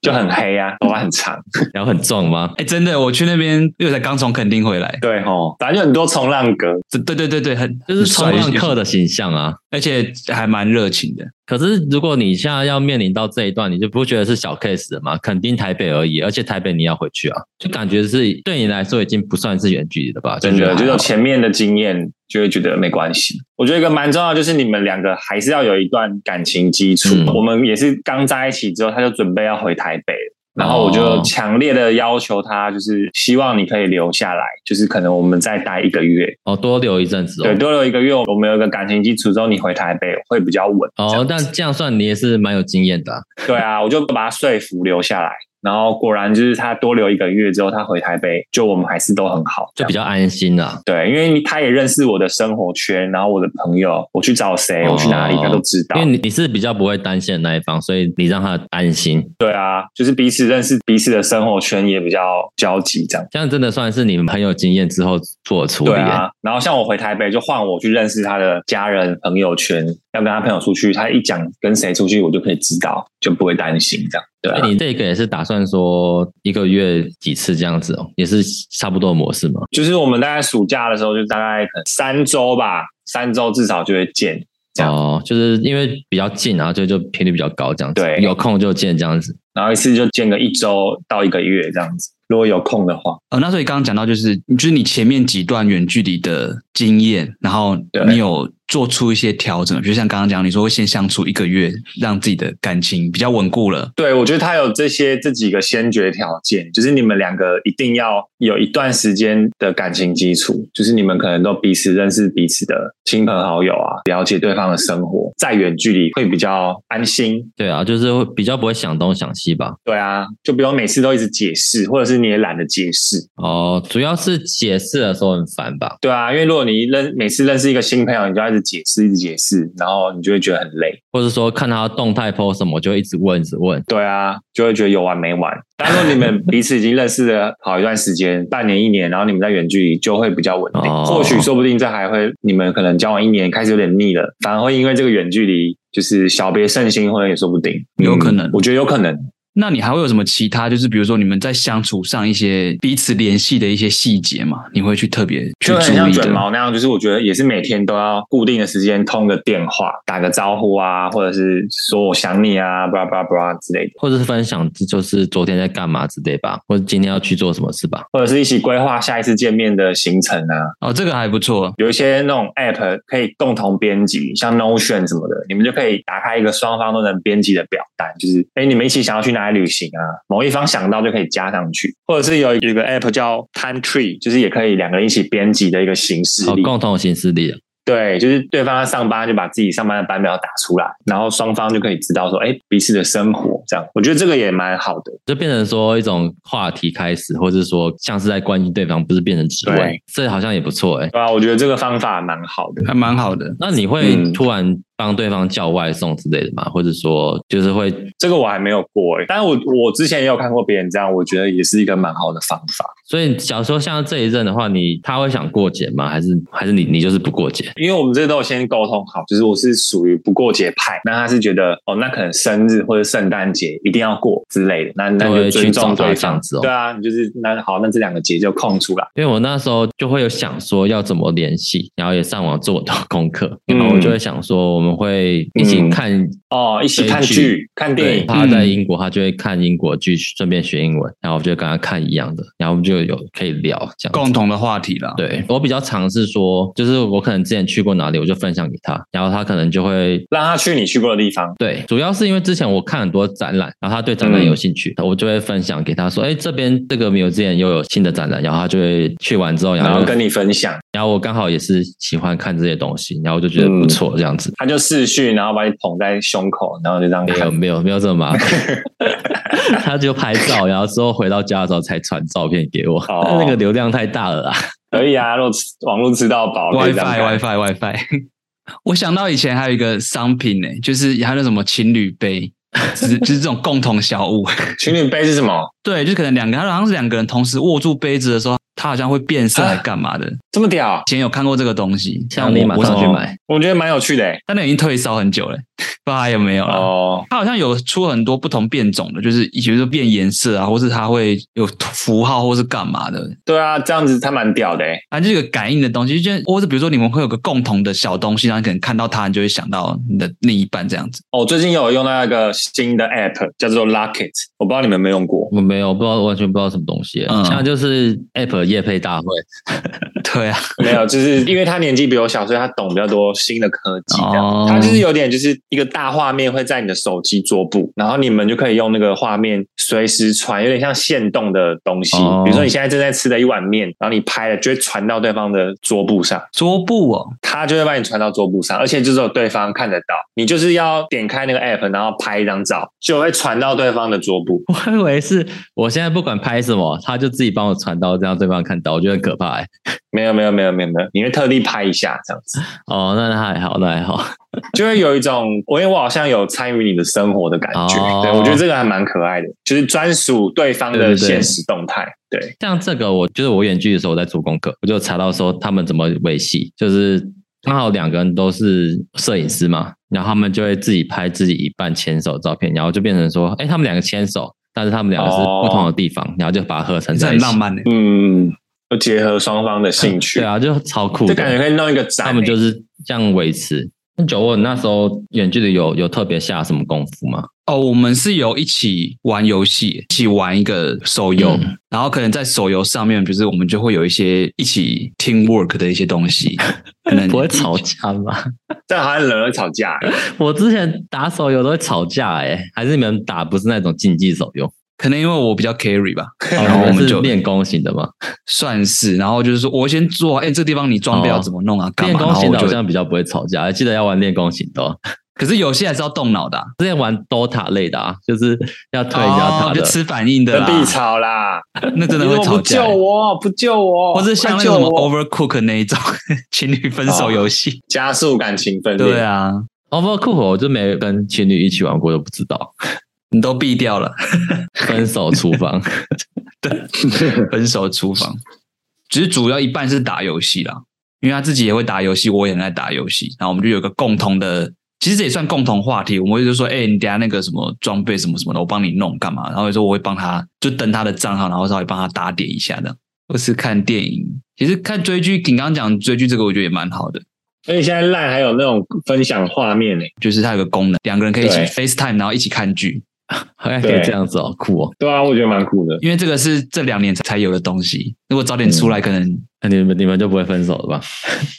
C: 就很黑啊，头发很长。
B: 然后很重吗？
A: 哎、真的，我去那边又才刚从垦丁回来，
C: 对吼，反正就很多冲浪哥，
A: 这对对对对，很
B: 就是冲浪，
A: 很帅
B: 客的形象啊。
A: 而且还蛮热情的。
B: 可是如果你现在要面临到这一段，你就不觉得是小 case 了吗？肯定台北而已，而且台北你要回去啊，就感觉是对你来说已经不算是哦远距离了吧？
C: 真的，
B: 就
C: 就
B: 觉
C: 是
B: 得还
C: 有
B: 好
C: 前面的经验，就会觉得没关系。我觉得一个蛮重要，就是你们两个还是要有一段感情基础。
B: 嗯
C: 我们也是刚在一起之后，他就准备要回台北了。然后我
B: 哦
C: 就强烈的要求他，就是希望你可以留下来，就是可能我们再待一个月，
B: 哦，多留一阵子
C: 对，
B: 哦。
C: 多留一个月，我们有一个感情基础之后，你回台北会比较稳。这样
B: 哦，但这样算你也是蛮有经验的啊、
C: [laughs] 对啊，我就把他说服留下来，然后果然就是他多留一个月之后，他回台北，就我们还是都很好，
B: 就比较安心啊啦、
C: 对，因为他也认识我的生活圈，然后我的朋友，我去找谁，
B: 哦
C: 我去哪里，他都知道
B: 因为。你你是比较不会担心的那一方，所以你让他安心，
C: 对啊，就是彼此认识彼此的生活圈也比较交集，这样。
B: 这样真的算是你很有经验之后做的处理
C: 对
B: 耶。
C: 啊，然后像我回台北，就换我去认识他的家人、朋友圈，要跟他朋友出去，他一讲跟谁出去，我就可以知道，就不会担心这样。对啊
B: 那，你这个也是打算说一个月几次这样子哦，也是差不多的模式吗？
C: 就是我们大概暑假的时候，就大概可能三周吧，三周至少就会见这样
B: 哦，就是因为比较近，然后就就频率比较高这样子，
C: 对
B: 有空就见这样子。
C: 然后一次就见个一周到一个月这样子，如果有空的话。
A: 呃，那所以刚刚讲到就是，就是你前面几段远距离的经验，然后
C: 对
A: 你有做出一些调整，比如像刚刚讲，你说会先相处一个月，让自己的感情比较稳固了。
C: 对，我觉得他有这些这几个先决条件，就是你们两个一定要有一段时间的感情基础，就是你们可能都彼此认识彼此的亲朋好友啊，了解对方的生活，在远距离会比较安心。
B: 对啊，就是会比较不会想东想西吧。
C: 对啊，就不用每次都一直解释，或者是你也懒得解释。
B: 哦，主要是解释的时候很烦吧。
C: 对啊，因为如果你认每次认识一个新朋友，你就要一直解释，一直解释，然后你就会觉得很累。
B: 或者说看他动态 po 什么，就一直问，一直问。
C: 对啊，就会觉得有完没完。但如果你们彼此已经认识了好一段时间，半年、一年，然后你们在远距离就会比较稳定。
B: 哦
C: 或许说不定这还会，你们可能交往一年开始有点腻了，反而会因为这个远距离就是小别胜新婚也说不定，
A: 有可能
C: 嗯我觉得有可能。
A: 那你还会有什么其他？就是比如说你们在相处上一些彼此联系的一些细节嘛，你会去特别去
C: 就
A: 注
C: 很像
A: 意
C: 卷
A: 的。
C: 毛那样，就是我觉得也是每天都要固定的时间通个电话，打个招呼啊，或者是说我想你啊，巴拉巴拉巴拉之类的，
B: 或者是分享就是昨天在干嘛之类吧，或者今天要去做什么事吧。
C: 或者是一起规划下一次见面的行程啊。
A: 哦，这个还不错。
C: 有一些那种 app 可以共同编辑，像 Notion 什么的，你们就可以打开一个双方都能编辑的表单，就是哎，诶你们一起想要去哪里旅行啊？某一方想到就可以加上去，或者是有有一个 app 叫 Time Tree，就是也可以两个人一起编辑的一个形式
B: 好，
C: 例。
B: 哦共同的行事历了。
C: 对，就是对方在上班就把自己上班的班表打出来，然后双方就可以知道说，哎，彼此的生活这样。我觉得这个也蛮好的。
B: 就变成说一种话题开始，或者说像是在关心对方，不是变成质问
C: 对，
B: 这好像也不错哎、
C: 对啊，我觉得这个方法蛮好的。
A: 还蛮好的，
B: 那你会
C: 嗯
B: 突然帮对方叫外送之类的吗？或者说就是会
C: 这个我还没有过哎、但是我我之前也有看过别人这样，我觉得也是一个蛮好的方法。
B: 所以，假如说像这一任的话，你他会想过节吗？还是还是你你就是不过节？
C: 因为我们这都有先沟通好，就是我是属于不过节派，那他是觉得哦，那可能生日或者圣诞节一定要过之类的，那那
B: 就
C: 就
B: 会去
C: 尊
B: 找
C: 重
B: 他
C: 对
B: 这样
C: 方
B: 子哦。
C: 对啊，你就是那好，那这两个节就空出来。
B: 因为我那时候就会有想说要怎么联系，然后也上网做我的 [laughs] 功课，
C: 嗯
B: 然后我就会想说我们会一起看，
C: 哦，一起看
B: 追剧
C: 剧、看电
B: 对，
C: 影，
B: 他在英国，他就会看英国剧，顺便学英文，然后我就跟他看一样的，然后我们就有可以聊这样子。
A: 共同的话题啦。
B: 对我比较尝试说，就是我可能之前去过哪里，我就分享给他，然后他可能就会
C: 让他去你去过的地方。
B: 对，主要是因为之前我看很多展览，然后他对展览有兴趣，我就会分享给他说，哎，这边这个 museum 又有新的展览，然后他就会去完之后，然
C: 然
B: 后
C: 后
B: 就
C: 跟你分享，
B: 然后我刚好也是喜欢看这些东西，然后我就觉得不错，这样子。
C: 他就视讯，然后把你捧在胸口，然后就这样
B: 没
C: [laughs]
B: 有
C: 看。
B: 没有没有这么麻烦，他就拍照，然后之后回到家的时候才传照片给我，
C: 哦
B: 但那个流量太大了啦。
C: 可以啊，如果吃网络吃到饱可以这样
A: WiFi
C: 看
A: WiFi WiFi。我 [laughs] 想到以前还有一个商品呢、就是还有什么情侣杯，就是就是这种共同小物。
C: 情侣杯是什么？
A: 对，就可能两个，好像是两个人同时握住杯子的时候，它好像会变色，还干嘛的？以
C: 这么屌，
A: 前有看过这个东西，
B: 像你
A: 我
B: 马
A: 我
B: 上
A: 找
B: 去
A: 过
B: 买，
C: 我觉得蛮有趣的欸
A: 但那已经退烧很久了， [laughs] 不知道还有没有
B: 啊
A: 了。
C: 哦。
A: 它好像有出很多不同变种的，就是比如说变颜色啊，或是它会有符号，或是干嘛的，
C: 对啊，这样子他蛮屌的欸。
A: 啊，就是一个感应的东西，就是或者比如说你们会有个共同的小东西，然后你可能看到它，你就会想到你的另一半这样子。
C: 哦，最近有用到一个新的 app 叫做 Locket，我不知道你们有没有用
B: [laughs]
C: 过。
B: 我没有，不知道完全不知道什么东西。
A: 嗯
B: 像就是 App 夜配大会，
A: 对啊，
C: 没有，就是因为他年纪比我小，所以他懂比较多新的科技。这样
A: 哦
C: 他就是有点就是一个大画面会在你的手机桌布，然后你们就可以用那个画面随时传，有点像线动的东西。
B: 哦
C: 比如说你现在正在吃的一碗面，然后你拍了就会传到对方的桌布上，
A: 桌布哦，
C: 他就会帮你传到桌布上，而且就是有对方看得到。你就是要点开那个 app，然后拍一张照，就会传到对方的桌布。
B: [laughs] 我以为是我现在不管拍什么，他就自己帮我传到，这样对方看到，我觉得很可怕、欸。
C: 没有没有没有没有没有，你会特地拍一下这样子，
B: 哦，那那还好，那还好。
C: 就会有一种 [laughs] 我因为我好像有参与你的生活的感觉。
B: 哦
C: 对我觉得这个还蛮可爱的，就是专属对方
B: 对对
C: 的
B: 对
C: 现实动态。对，
B: 像这个我，就是我远距的时候我在做功课，我就查到说他们怎么维系，就是刚好两个人都是摄影师嘛，然后他们就会自己拍自己一半牵手的照片，然后就变成说，哎、他们两个牵手，但是他们两个是不同的地方，然后就把它合成
A: 这
B: 在
A: 很
B: 一起
A: 浪。漫欸的。
C: 嗯，就结合双方的兴趣，
B: 对啊，就超酷的，
C: 这感觉可以弄一个展、
B: 他们就是这样维持。那九问那时候远距离有有特别下什么功夫吗？
A: 哦，我们是有一起玩游戏，一起玩一个手游，
B: 嗯
A: 然后可能在手游上面，比如说我们就会有一些一起 team work 的一些东西，可能
B: [laughs] 不会吵架吗？ [laughs]
C: 但哎好像惹人吵架。
B: 我之前打手游都会吵架哎、还是你们打不是那种竞技手游？
A: [laughs] 可能因为我比较 carry 吧，
B: 然
A: 然后
B: 后
C: [laughs]
B: 我
A: 我
B: 们
A: 们
B: 就
A: 就
B: 练功型的嘛，
A: 算是，然后就是说我先做，哎，这地方你装备要怎么弄啊？干
B: 练
A: 嘛？然
B: 功
A: 后
B: 型
A: 我
B: 的好
A: 就，
B: 像比较不会吵架，还记得要玩练功型的、哦。
A: 可是有些还是要动脑的啊，
B: 之前玩 DOTA 类的啊，就是要推人家塔
A: 哦
B: 的
A: 就，吃反应的
C: 何
A: 啦，
C: 必吵啦？
A: 那真的
C: 你
A: 会
C: 怎么
A: 吵
C: 不
A: 架
C: 救。我？不救我？
A: 或者像那
C: 快
A: 个
C: 救
A: 什么
B: 哦
C: 我
A: Overcook 那一种 [laughs] 情侣分手游戏，
C: 加速感情分裂。
A: 对啊，
B: Overcook 我就没跟情侣一起玩过，都不知道。
A: 你都避掉了。
B: 分手厨
A: [laughs]
B: 房 [laughs]
A: 分手厨房，只是主要一半是打游戏啦，因为他自己也会打游戏，我也很爱打游戏，然后我们就有个共同的其实这也算共同话题。我们会就说，哎、你等一下那个什么装备什么什么的，我帮你弄干嘛？然后有时候我会帮他，就登他的账号，然后稍微帮他打点一下的。或是看电影，其实看追剧，你刚刚讲追剧这个，我觉得也蛮好的，
D: 而且现在烂还有那种分享画面呢、
A: 就是它有个功能，两个人可以一起
D: 对
A: FaceTime，然后一起看剧。
B: 好像可以这样子哦，酷哦！
D: 对啊，我觉得蛮酷的。
A: 因为这个是这两年才有的东西，如果早点出来，可能
B: 那哎你们你们就不会分手了吧？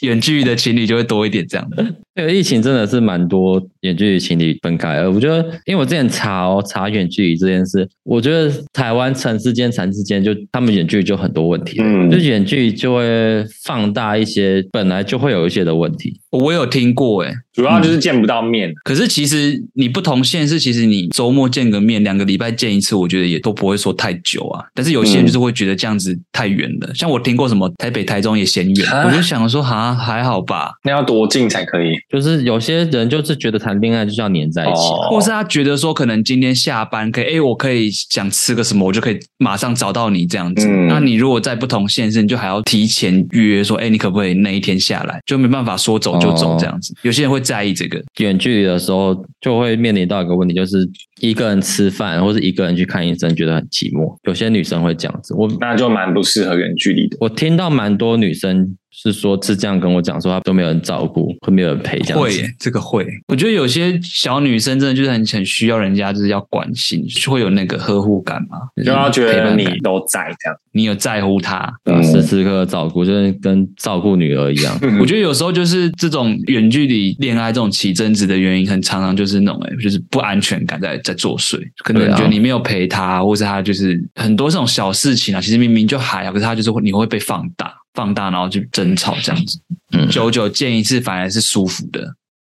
A: 远距离的情侣就会多一点这样。
B: 这个疫情真的是蛮多远距离情侣分开了。我觉得，因为我之前查哦查远距离这件事，我觉得台湾城市间、城市间就他们远距离就很多问题，
C: 嗯
B: 就，远距离就会放大一些本来就会有一些的问题。
A: 我有听过哎诶、
C: 主要就是见不到面，
A: 可是其实你不同县市，其实你周末见个面，两个礼拜见一次，我觉得也都不会说太久啊。但是有些人就是会觉得这样子太远
C: 嗯
A: 了，像我听过什么台北、台中也嫌远，
C: 啊
A: 我就想说哈还好吧，
C: 那要多近才可以？
B: 就是有些人就是觉得谈恋爱就是要黏在一起，
C: 哦
A: 或是他觉得说可能今天下班可以，哎、我可以想吃个什么，我就可以马上找到你这样子。
C: 嗯
A: 那你如果在不同县市，你就还要提前约说，哎、你可不可以那一天下来？就没办法说走就
C: 哦
A: 走这样子。有些人会在意这个，
B: 远距离的时候就会面临到一个问题，就是一个人吃饭或是一个人去看医生，觉得很寂寞。有些女生会这样子，我
C: 那就蛮不适合远距离的。
B: 我听到蛮多女生是说是这样跟我讲，说她都没有人照顾，会没有人陪这样
A: 会
B: 子。
A: 耶这个会。我觉得有些小女生真的就是很很需要人家就是要关心，就会有那个呵护感嘛，
C: 就要觉
A: 陪
C: 得
A: 伴感
C: 你都在这样，
A: 你有在乎她。
B: 对啊
C: 嗯
B: 时时刻刻照顾，就是跟照顾女儿一样。
A: 我觉得有时候就是这种远距离恋爱这种起争执的原因，很常常就是那种哎、就是不安全感在在作祟。可能
B: 对啊
A: 觉得你没有陪他，或是他就是很多这种小事情啊，其实明明就还好，可是他就是会你会被放大放大，然后去争吵这样子。
B: 嗯
A: 久久见一次反而是舒服的，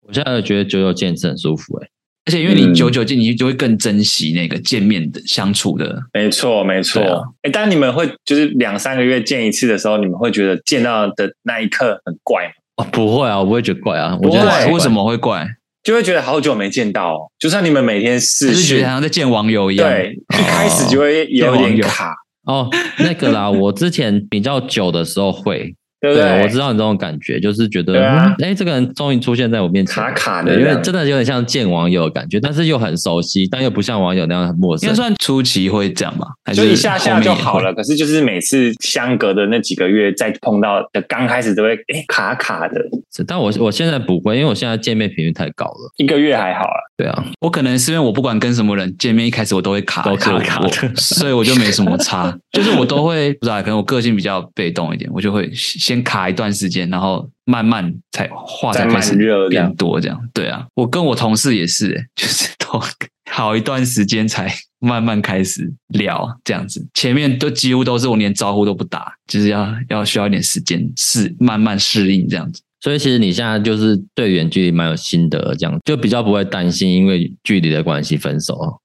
B: 我现在觉得久久见一次很舒服哎、
A: 而且因为你
C: 嗯
A: 久久见，你就会更珍惜那个见面的相处的。
C: 没错没错。
A: 对
C: 哎、
A: 啊
C: 但你们会就是两三个月见一次的时候，你们会觉得见到的那一刻很怪吗？
B: 哦，不会啊，我不会觉得怪啊，我
C: 不
B: 觉
C: 会
B: 得
A: 怪
B: 很
A: 为什？么会怪？
C: 就会觉得好久没见到、哦，就算你们每天
A: 就
C: 视
A: 是觉
C: 讯
A: 得好，像在见网友一样。哦
C: 对，一开始就会有
A: 见网
C: 点
A: 友
C: 卡，
B: 哦，那个 [laughs] 啦，我之前比较久的时候会，
C: 对不
B: 对，我知道你这种感觉，就是觉得，
C: 对啊
B: 哎、诶这个人终于出现在我面前，
C: 卡卡的
B: 对，因
C: 这
B: 为
C: 样
B: 真的有点像见网友的感觉，但是又很熟悉，但又不像网友那样很陌
A: 应
B: 生
A: 该。算初期会这样吧，还是
C: 就一下下
A: 后面也
C: 就
A: 会
C: 好了。可是就是每次相隔的那几个月再碰到的，刚开始都会哎、卡卡的，
B: 是但我我现在不会，因为我现在见面频率太高了。
C: 一个月还好啦。
B: 对啊，
A: 我可能是因为我不管跟什么人见面，一开始我都会卡
B: 都卡
A: 所以
B: 卡
A: 我
B: 的
A: 所以我就没什么差，就是我都会不知道，可能我个性比较被动一点，我就会先卡一段时间，然后慢慢才话才
C: 再
A: 开始
C: 慢热这样
A: 变多这样。对啊，我跟我同事也是、欸 [laughs] 就是都好一段时间才慢慢开始聊这样子，前面都几乎都是我连招呼都不打，就是要要需要一点时间适慢慢适应这样子。
B: 所以其实你现在就是对远距离蛮有心得，这样就比较不会担心因为距离的关系分手哦。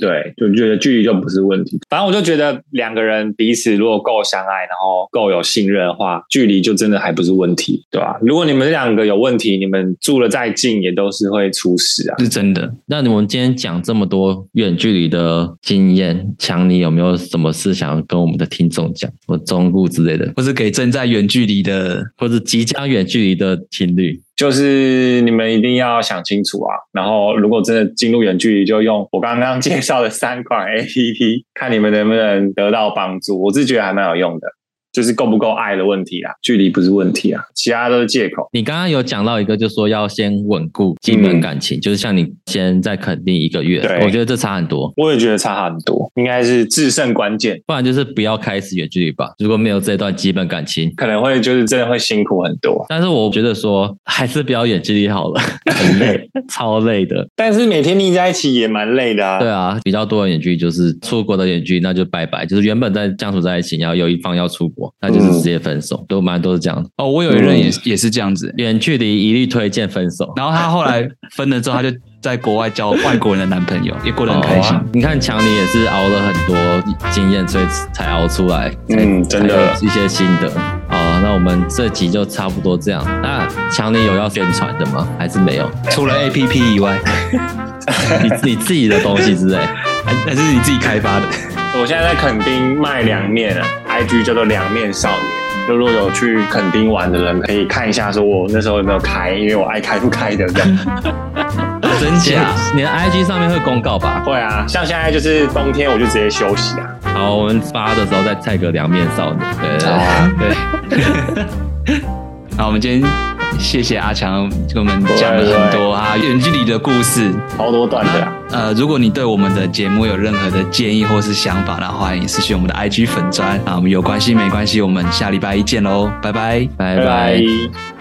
D: 对，就觉得距离就不是问题。
C: 反正我就觉得两个人彼此如果够相爱，然后够有信任的话，距离就真的还不是问题，对吧、如果你们两个有问题，你们住了再近也都是会出事啊。
A: 是真的，
B: 那我们今天讲这么多远距离的经验，强尼有没有什么事想要跟我们的听众讲，或忠顾之类的，
A: 或是给正在远距离的
B: 或者即将远距离的情侣？
C: 就是你们一定要想清楚啊。然后，如果真的进入远距离，就用我刚刚介绍的三款 APP，看你们能不能得到帮助。我是觉得还蛮有用的，就是够不够爱的问题啊，距离不是问题啊，其他都是借口。
B: 你刚刚有讲到一个，就说要先稳固基本感情，就是像你先在肯定一个月，
C: 对
B: 我觉得这差很多。
C: 我也觉得差很多，应该是制胜关键，
B: 不然就是不要开始远距离吧。如果没有这段基本感情，
C: 可能会就是真的会辛苦很多。
B: 但是我觉得说还是不要远距离好
C: [laughs]
B: 了，很累，超累的。
C: 但是每天腻在一起也蛮累的啊。
B: 对啊，比较多的远距离就是出国的远距离，那就拜拜。就是原本在相处在一起，然后有一方要出国，那就是直接分
C: 嗯
B: 手，都蛮多是这样。
A: 哦，我有一任也是、也是这样子、欸
B: 远距离一律推荐分手。
A: 然后他后来分了之后，他就在国外交外国人的男朋友，也过得很开心。
B: 好
C: 哦
B: 啊你看强尼也是熬了很多经验，所以才熬出来，
C: 嗯真的
B: 才有一些心得。好，那我们这集就差不多这样。那强尼有要宣传的吗？还是没有？
A: 除了 A P P 以外，
B: 你你自己的东西
C: [laughs]
B: 之类。
A: 还还是你自己开发的。
C: 我现在在垦丁卖凉面啊，IG 叫做凉面少年。就如果有去垦丁玩的人，可以看一下，说我那时候有没有开，因为我爱开不开的这样。
A: [laughs] 真假？
B: 你的 IG 上面会公告吧？
C: 会啊，像现在就是冬天，我就直接休息啊。
B: 好，我们发的时候再蔡哥两面少你。对对对对。
A: 好，我们今天谢谢阿强给我们讲了很多啊远距离的故事。
C: 超多段的、啊，
A: 呃，如果你对我们的节目有任何的建议或是想法的话，欢迎私讯我们的 IG 粉砖啊。我们有关系没关系，我们下礼拜一见喽，拜拜。
B: 拜拜
C: 拜拜。